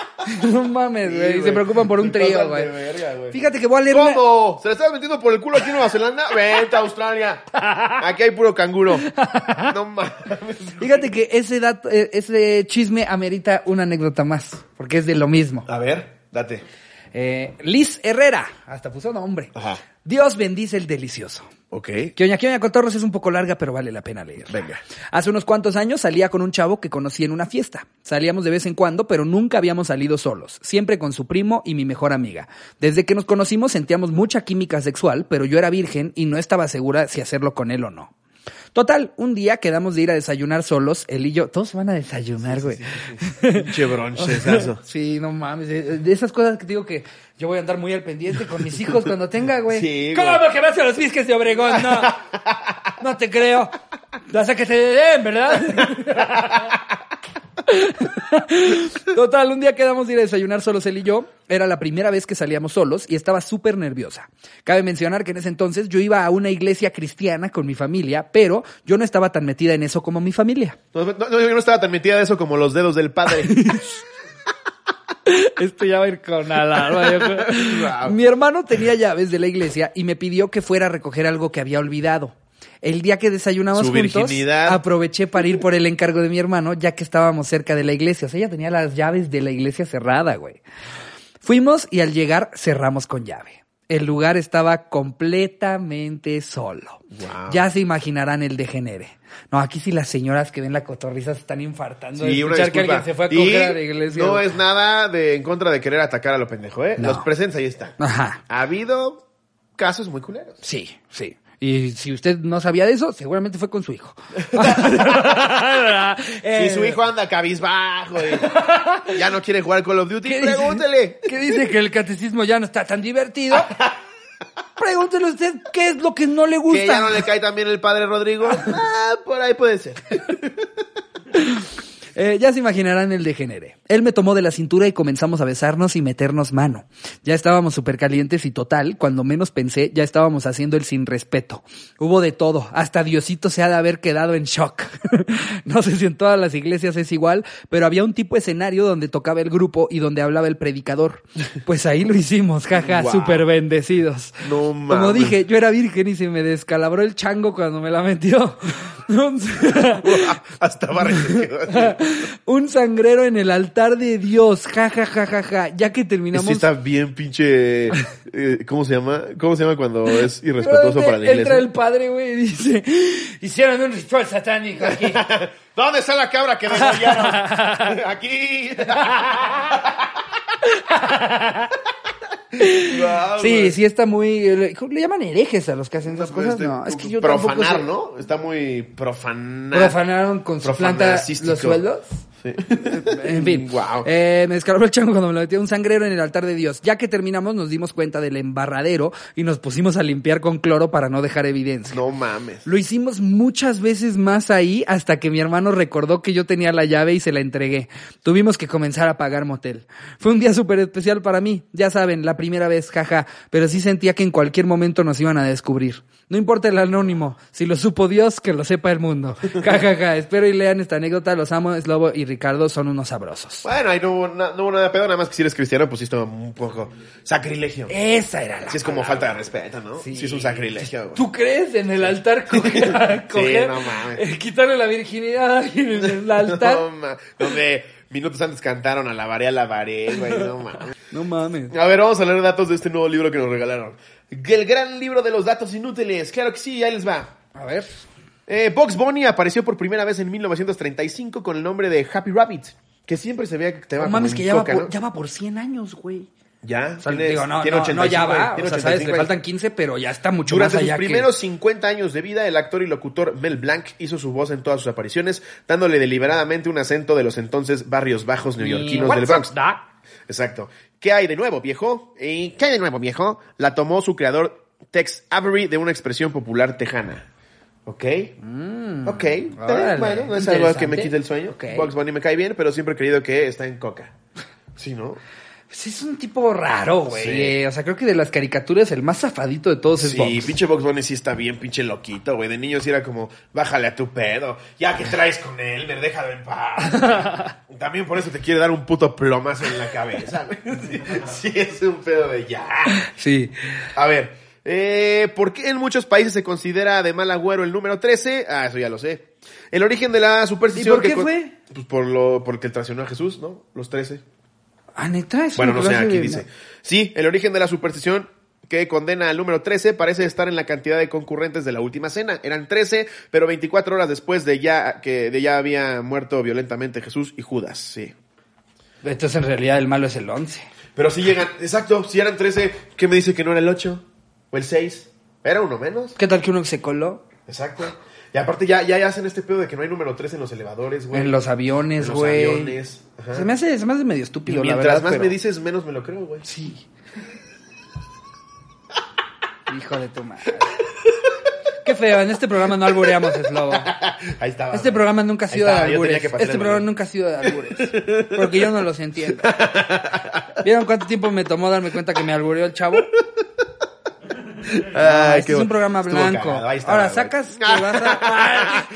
No mames,
Sí,
güey.
güey.
se preocupan por un
Se pasan
trío,
de
güey.
verga, güey.
Fíjate que voy a leer una-
¿Cómo? ¿Se le estás metiendo por el culo aquí en Nueva Zelanda? Vente a Australia. Aquí hay puro canguro. No mames.
Fíjate que ese dato, eh, ese chisme amerita una anécdota más, porque es de lo mismo.
A ver, date.
Eh, Liz Herrera, hasta puso nombre.
Ajá.
Dios bendice el delicioso.
Ok.
Que Oña, que Oña Cotorros es un poco larga, pero vale la pena leer.
Venga.
Hace unos cuantos años salía con un chavo que conocí en una fiesta. Salíamos de vez en cuando, pero nunca habíamos salido solos, siempre con su primo y mi mejor amiga. Desde que nos conocimos sentíamos mucha química sexual, pero yo era virgen y no estaba segura si hacerlo con él o no. Total, un día quedamos de ir a desayunar solos, él y yo. Todos van a desayunar, güey.
Pinche bronchesazo.
Sí, no mames. De de esas cosas que digo que yo voy a andar muy al pendiente con mis hijos cuando tenga, güey.
Sí, güey.
¿Cómo que vas a los fisques de Obregón? No. No te creo. Hasta que te den, ¿verdad? Total, un día quedamos de ir a desayunar solos él y yo. Era la primera vez que salíamos solos y estaba súper nerviosa. Cabe mencionar que en ese entonces yo iba a una iglesia cristiana con mi familia, pero yo no estaba tan metida en eso como mi familia.
No, no, no, yo no estaba tan metida de eso como los dedos del padre.
Esto ya va a ir con alarma. yo creo.
Wow.
Mi hermano tenía llaves de la iglesia y me pidió que fuera a recoger algo que había olvidado. El día que desayunamos
Su
juntos,
virginidad.
aproveché para ir por el encargo de mi hermano, ya que estábamos cerca de la iglesia. O sea, ella tenía las llaves de la iglesia cerrada, güey. Fuimos y al llegar cerramos con llave. El lugar estaba completamente solo.
Wow.
Ya se imaginarán el degenere. No, aquí sí las señoras que ven la cotorriza se están infartando de
Sí, una
escuchar que
disculpa.
alguien se fue a
Y
coger a la iglesia.
No
güey.
es nada de en contra de querer atacar a lo pendejo, ¿eh?
No.
Los presentes ahí están.
Ajá.
Ha habido casos muy culeros.
Sí, sí. Y si usted no sabía de eso, seguramente fue con su hijo. Eh,
Si su hijo anda cabizbajo y ya no quiere jugar Call of Duty,
¿Qué dice?
pregúntele.
que dice que el catecismo ya no está tan divertido, pregúntele usted qué es lo que no le gusta.
Que ya no le cae también el padre Rodrigo. Ah, por ahí puede ser.
Eh, ya se imaginarán el degenere. Él me tomó de la cintura y comenzamos a besarnos y meternos mano. Ya estábamos súper calientes y total, cuando menos pensé, ya estábamos haciendo el sin respeto. Hubo de todo, hasta Diosito se ha de haber quedado en shock. no sé si en todas las iglesias es igual, pero había un tipo de escenario donde tocaba el grupo y donde hablaba el predicador. Pues ahí lo hicimos, jaja,
Guau.
súper bendecidos.
No
Como
mames.
dije, yo era virgen y se me descalabró el chango cuando me la metió.
Hasta barrio se quedó así.
un sangrero en el altar de Dios. Ja, ja, ja, ja, ja. Ya que terminamos.
Sí está bien pinche... eh, ¿Cómo se llama? ¿Cómo se llama cuando es irrespetuoso
Pero
para la
entra-
iglesia?
Entra el padre, güey, y dice: Hicieron un ritual satánico aquí.
¿Dónde está la cabra que degollaron? Aquí. Guau,
sí,
Ah, güey.
sí, está muy. Le, le llaman herejes a los que hacen esas cosas.
Este,
no, es que yo
profanar,
tampoco sé.
¿no? Está muy profanar.
Profanaron con su planta
Profanarcístico.
los sueldos. En fin.
Guau.
Eh, me descalabró el chango cuando me lo metió un sangrero en el altar de Dios. Ya que terminamos, nos dimos cuenta del embarradero y nos pusimos a limpiar con cloro para no dejar evidencia.
No mames.
Lo hicimos muchas veces más ahí hasta que mi hermano recordó que yo tenía la llave y se la entregué. Tuvimos que comenzar a pagar motel. Fue un día súper especial para mí, ya saben, la primera vez, jaja, pero sí sentía que en cualquier momento nos iban a descubrir. No importa el anónimo, si lo supo Dios, que lo sepa el mundo. Jajaja, espero y lean esta anécdota, los amo, Slobo y Ricardo son unos sabrosos.
Bueno, ahí no hubo, na- no hubo nada de pedo, nada más que si eres cristiano, pues sí está un poco sacrilegio.
Esa era la...
Sí es como falta de respeto, ¿no? Sí, es un sacrilegio. güey.
¿Tú crees en el altar coger, coger-
no mames.
eh, quitarle la virginidad a alguien en el altar?
No ma- Donde minutos antes cantaron alabaré, alabaré, güey, no mames.
No mames.
A ver, vamos a leer datos de este nuevo libro que nos regalaron. El gran libro de los datos inútiles. Claro que sí, ahí les va.
A ver.
Eh, Box Bunny apareció por primera vez en 1935 con el nombre de Happy Rabbit, que siempre se veía que te va
No
como
mames
en
que ya va,
coca,
por,
¿no?
ya va por 100 años, güey.
Ya,
O sea,
tiene-
digo, no,
tiene
no, no, ya
85,
va.
tiene
o sea, sabes, le
85.
faltan 15, pero ya está mucho
Durante
más
sus
allá que-
primeros 50 años de vida, el actor y locutor Mel Blanc hizo su voz en todas sus apariciones, dándole deliberadamente un acento de los entonces barrios bajos neoyorquinos del Bronx. Exacto. ¿Qué hay de nuevo, viejo? ¿Y ¿Qué hay de nuevo, viejo? La tomó su creador Tex Avery de una expresión popular tejana. ¿Ok? ok. Está bien,
Mm. órale.
Bueno, no es algo que me
Interesante.
quite el sueño.
Ok.
Bugs Bunny me cae bien, pero siempre he creído que está en coca. Sí, ¿no?
Pues es un tipo raro, güey.
Sí.
Eh, O sea, creo que de las caricaturas el más zafadito de todos es
Sí,
Box.
pinche Box Bunny sí está bien, pinche loquito, güey. De niño sí era como, bájale a tu pedo. Ya que traes con él, me déjalo en paz. También por eso te quiere dar un puto plomazo en la cabeza. sí, sí, es un pedo de ya.
Sí.
A ver, eh, ¿por qué en muchos países se considera de mal agüero el número 13? Ah, eso ya lo sé. El origen de la superstición.
¿Y por
que
qué
con-
fue?
Pues por lo, porque traicionó a Jesús, ¿no? Los 13.
Ah, neta, es
Bueno,
una
no sé,
clase
aquí
de-
dice. Sí, el origen de la superstición que condena al número 13 parece estar en la cantidad de concurrentes de la última cena. Eran 13, pero 24 horas después de ya que de ya había muerto violentamente Jesús y Judas, sí.
Entonces, en realidad, el malo es el 11.
Pero si llegan, exacto, si eran 13, ¿qué me dice que no era el 8 o el 6? Era uno menos.
¿Qué tal que uno se coló
Exacto. Y aparte ya ya hacen este pedo de que no hay número 13 en los elevadores, güey.
en los aviones,
En los
güey?
aviones, ajá.
Se me hace, se me hace medio
Y
estúpido, la
mientras
verdad,
más
pero-
me dices, menos me lo creo, güey.
Sí. Hijo de tu madre. Qué feo, en este programa no albureamos, Slobo.
Ahí estaba.
Este
güey.
programa nunca ha sido
Ahí
de
estaba, yo tenía
albures.
que pasar
Este
el
programa
balón.
nunca ha sido de albures. Porque yo no los entiendo. ¿Vieron cuánto tiempo me tomó darme cuenta que me albureó el chavo?
Ah,
este es un programa blanco. Ahora sacas que vas a-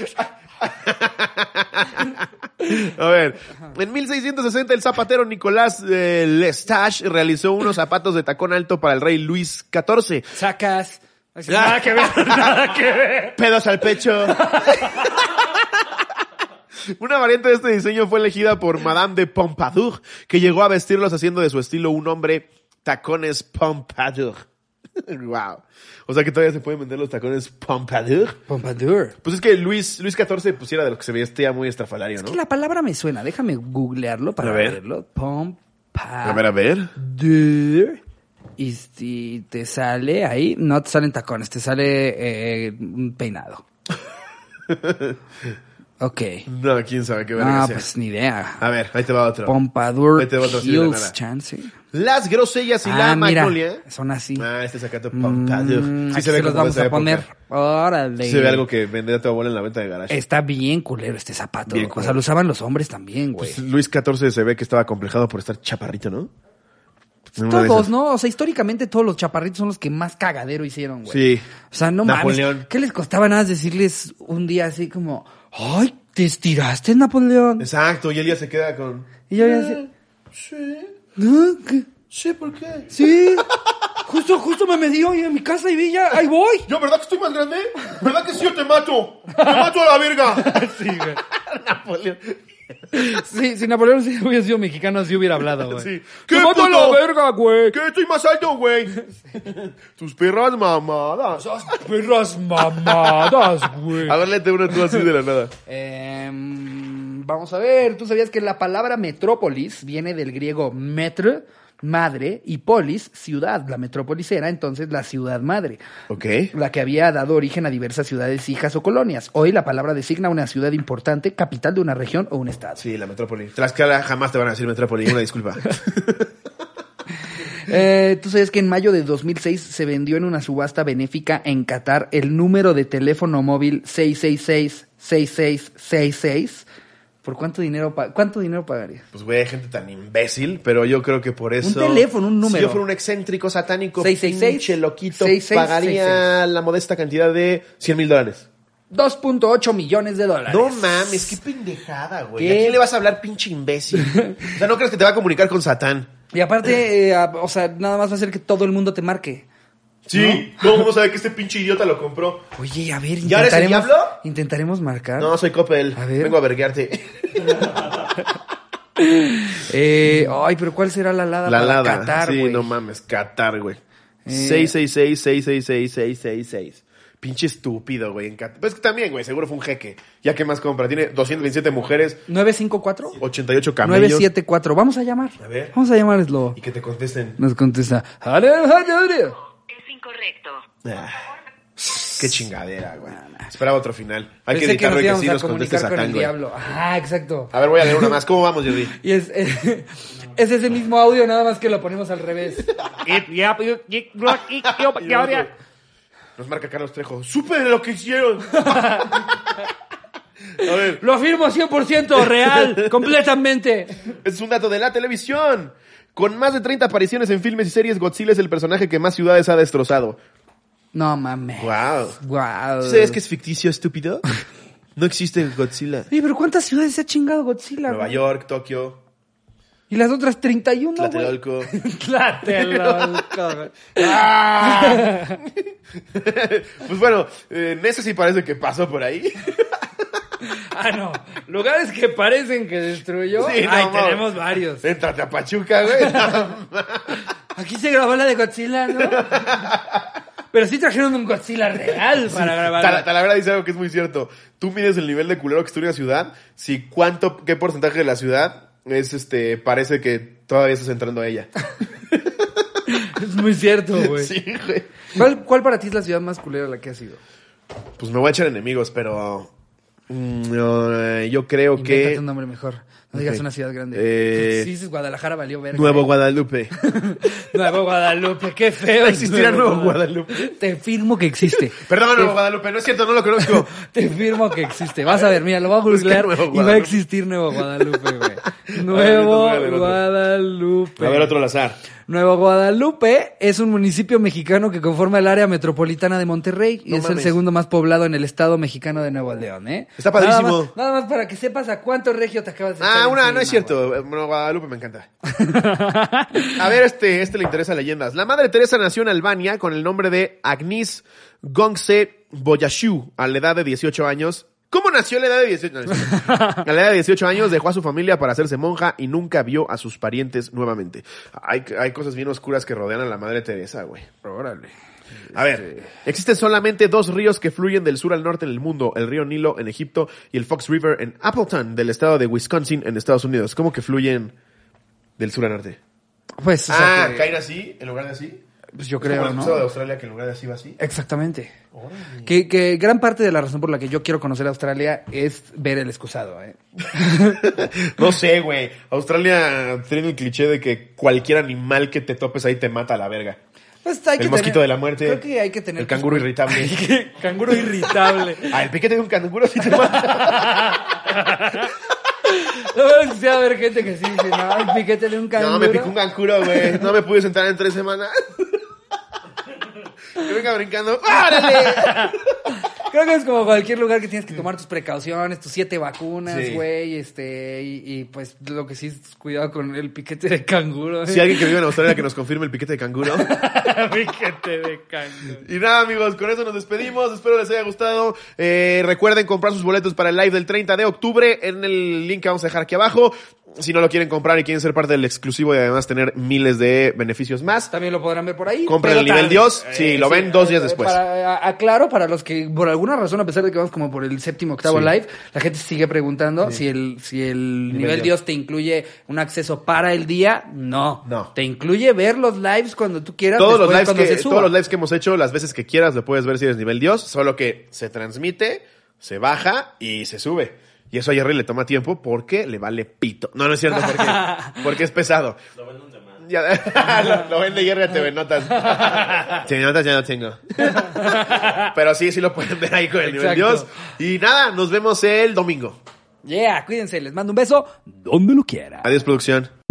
A ver, en 1660 el zapatero Nicolás eh, Lestache realizó unos zapatos de tacón alto para el rey Luis XIV.
Sacas. Ah, Nada que ver.
Pedos al pecho. Una variante de este diseño fue elegida por Madame de Pompadour, que llegó a vestirlos haciendo de su estilo un hombre tacones Pompadour. wow. O sea que todavía se pueden vender los tacones Pompadour.
Pompadour.
Pues es que Luis, Luis XIV pues, era de los que se vestía muy estrafalario,
Que
¿no?
la palabra me suena. Déjame googlearlo para
A ver.
verlo. Pompa.
A ver, a ver.
Dur. Y si te sale ahí, no te salen tacones, te sale eh, un peinado. ok.
No, quién sabe qué verga
Ah,
sea.
pues ni idea.
A ver, ahí te va otro.
Pompadour
Ahí te va otro así de la nada.
Hills, chance.
Las grosellas y
ah,
la
mira,
magnolia.
son así.
Ah, este sacato
Mm,
Pompadour.
aquí
Sí se ve
se los
como de
vamos
esa
a
época.
poner. Órale.
Sí se ve algo que vendía tu abuela en la venta de garaje.
Está bien culero este zapato.
Bien
o sea,
culero.
lo usaban los hombres también, güey.
Pues, Luis XIV se ve que estaba complejado por estar chaparrito, ¿no? En una de
Todos,
esas.
¿no? O sea, históricamente todos los chaparritos son los que más cagadero hicieron, güey.
Sí.
O sea, no
Napoleón.
mames. ¿Qué les costaba nada más decirles un día así como, ay, te estiraste, Napoleón?
Exacto, y él ya se queda con.
Y yo ya así,
Eh, Sí,
no, ¿Eh? ¿qué?
sí, ¿por qué?
sí. justo, justo me medí hoy en mi casa y vi ya, ahí voy.
Yo, ¿verdad que estoy más grande? ¿Verdad que sí yo te mato? ¡Te mato a la verga!
Napoleón.
Sí, si Napoleón sí hubiera sido mexicano, así hubiera hablado, güey.
Sí.
¡Qué
¡Qué puto!
la verga, güey!
¿Qué? Estoy más alto, güey.
Tus perras mamadas.
Perras mamadas, güey.
A ver, léete uno tú así de la nada.
Em, vamos a ver, ¿tú sabías que la palabra metrópolis viene del griego metr, madre, y polis, ciudad. La metrópolis era entonces la ciudad madre
Ok.
la que había dado origen a diversas ciudades, hijas o colonias. Hoy la palabra designa una ciudad importante, capital de una región o un estado.
Sí, la metrópoli. Tlaxcala jamás te van a decir metrópoli. Una disculpa.
Eh, Tú sabes que en mayo de 2006 se vendió en una subasta benéfica en Qatar el número de teléfono móvil 666-6666. ¿Por cuánto dinero, pa- cuánto dinero pagarías?
Pues, güey, hay gente tan imbécil, pero yo creo que por eso.
teléfono, un número.
Si yo fuera un excéntrico satánico,
666,
pinche loquito,
666.
pagaría la modesta cantidad de 100 mil dólares.
2.8 millones de dólares.
No mames, qué pendejada, güey.
¿Qué?
¿A quién le vas a hablar, pinche imbécil? O sea, no crees que te va a comunicar con Satán.
Y aparte, eh, a- o sea, nada más va a hacer que todo el mundo te marque.
Sí, ¿cómo vamos a ver que este pinche idiota lo compró?
Oye, a ver,
¿Ya eres el
intentaremos,
diablo?
intentaremos marcar.
No, soy Coppel.
A ver.
Vengo a verguearte.
Eh, ay, pero ¿cuál será la lada?
La
para
lada.
Qatar,
sí,
güey? Eh.
no mames, Qatar, güey. 666 666 666 Pinche estúpido, güey. En Qatar. Pero es que también, güey, seguro fue un jeque. Ya que más compra. Tiene 227 mujeres,
954
88 camellos.
974. Vamos a llamar.
A ver.
Vamos a llamarlo.
Y que te contesten.
Nos contesta. "Ale, ale, ale".
Es incorrecto.
Ah, qué chingadera, güey. Esperaba otro final. Hay que
Pensé que
editarlo
nos
y que sí
íbamos a
nos conteste
comunicar con
Satán,
el
güey.
diablo. Ajá, exacto.
A ver, voy a leer una más. ¿Cómo vamos, Jordi?
Y es, es ese mismo audio, nada más que lo ponemos al revés.
Nos marca Carlos Trejo. ¡Superen lo que hicieron! a ver.
Lo afirmo 100% real, completamente.
Es un dato de la televisión. Con más de 30 apariciones en filmes y series, Godzilla es el personaje que más ciudades ha destrozado.
No mames.
Wow.
Wow.
¿Sabes que es ficticio, estúpido? No existe Godzilla.
Oye, pero ¿cuántas ciudades se ha chingado Godzilla?
Nueva
güey?
York, Tokio,
Y las otras 31, güey.
Tlatelolco.
Tlatelolco, güey.
Pues bueno, eh, en eso sí parece que pasó por ahí.
Ah, no. Lugares que parecen que destruyó.
Sí, no,
Ay,
mames.
tenemos varios.
Entrate a Pachuca, güey.
Aquí se grabó la de Godzilla, ¿no? Pero sí trajeron un Godzilla real para
Tal-
grabar.
Talavera dice algo que es muy cierto. Tú mides el nivel de culero que está una ciudad, si cuánto, qué porcentaje de la ciudad es este, parece que todavía estás entrando a ella.
Es muy cierto, güey.
Sí, güey.
¿Cuál, cuál para ti es la ciudad más culera a la que has ido?
Pues me voy a echar enemigos, pero. mm, eh, yo creo
Invéntate
que.
un nombre mejor. No digas
Ok.
una ciudad grande.
Eh,
Si dices Guadalajara valió verga.
Nuevo Guadalupe.
Nuevo Guadalupe, qué feo.
Existirá Nuevo Guadalupe.
Te firmo que existe.
Perdón, Nuevo Guadalupe, no es cierto, no lo conozco.
Te firmo que existe. Vas a ver, mira, lo voy a
Busca
googlear
Nuevo
y va a
Guadalupe.
existir Nuevo Guadalupe, güey.
voy
Nuevo
a ver otro.
Guadalupe.
A ver, otro al azar.
Nuevo Guadalupe es un municipio mexicano que conforma el área metropolitana de Monterrey y
No
es el
mames.
segundo más poblado en el estado mexicano de Nuevo León, ¿eh?
Está padrísimo.
Nada más, nada más para que sepas a cuánto regio te acabas de
Ah,
echar
una, no
encima,
es cierto. Eh, Nuevo Guadalupe me encanta. A ver, este, este le interesa leyendas. La madre Teresa nació en Albania con el nombre de Agnis Gongse Boyashu a la edad de 18 años. ¿Cómo nació a la edad de 18 años? A la edad de 18 años dejó a su familia para hacerse monja y nunca vio a sus parientes nuevamente. Hay, hay cosas bien oscuras que rodean a la madre Teresa, güey.
güey. Órale.
A ver, existen solamente dos ríos que fluyen del sur al norte en el mundo, el río Nilo en Egipto y el Fox River en Appleton, del estado de Wisconsin, en Estados Unidos. ¿Cómo que fluyen del sur al norte?
Pues, o sea, que-
caen así en lugar de así.
pues yo
Es como
creo,
el
¿no?
Ah, pasado de Australia que en lugar de así va así.
Exactamente. Que, que gran parte de la razón por la que yo quiero conocer Australia es ver el excusado, ¿eh?
No sé, güey. Australia tiene el cliché de que cualquier animal que te topes ahí te mata a la verga.
Pues hay
el mosquito
tener-
de la muerte.
Creo que hay que tener.
El canguro irritable.
Canguro irritable.
ah, el piquete de un canguro sí te mata.
No, pero sí va a haber gente que sí dice, no, el piquete de un canguro.
No, me picó un canguro, güey. No me pude sentar en tres semanas. Que venga brincando. ¡Ah! ¡Órale!
Creo que es como cualquier lugar que tienes que tomar tus precauciones, tus siete vacunas,
Sí.
güey, este, y, y, pues lo que sí es cuidado con el piquete de canguro.
Si alguien que vive en Australia que nos confirme el piquete de canguro.
Fíjate de canguro.
Y nada, amigos, con eso nos despedimos. Espero les haya gustado. Eh, recuerden comprar sus boletos para el live del 30 de octubre en el link que vamos a dejar aquí abajo. Si no lo quieren comprar y quieren ser parte del exclusivo y además tener miles de beneficios más,
También lo podrán ver por ahí.
compren
pero
el nivel
tarde.
Dios. Sí, lo ven dos días
Eh,
después.
para- a- aclaro para los que por algún alguna razón, a pesar de que vamos como por el séptimo, octavo
Sí.
live, la gente sigue preguntando si el, si el nivel,
Dios.
Dios te incluye un acceso para el día. No.
No.
Te incluye ver los lives cuando tú quieras.
Todos los,
después,
lives
cuando
que,
se
todos
suba.
los lives que hemos hecho, las veces que quieras, lo puedes ver si eres nivel Dios, solo que se transmite, se baja y se sube. Y eso a Jerry le toma tiempo porque le vale pito. No, no es cierto, porque, porque es pesado. Lo lo, lo vende Jerry a TV Notas. TV Notas ya no tengo. Pero sí, sí lo pueden ver ahí con el nivel Dios.
Exacto.
Y nada, nos vemos el domingo.
Yeah, cuídense. Les mando un beso donde lo quieran.
Adiós, producción.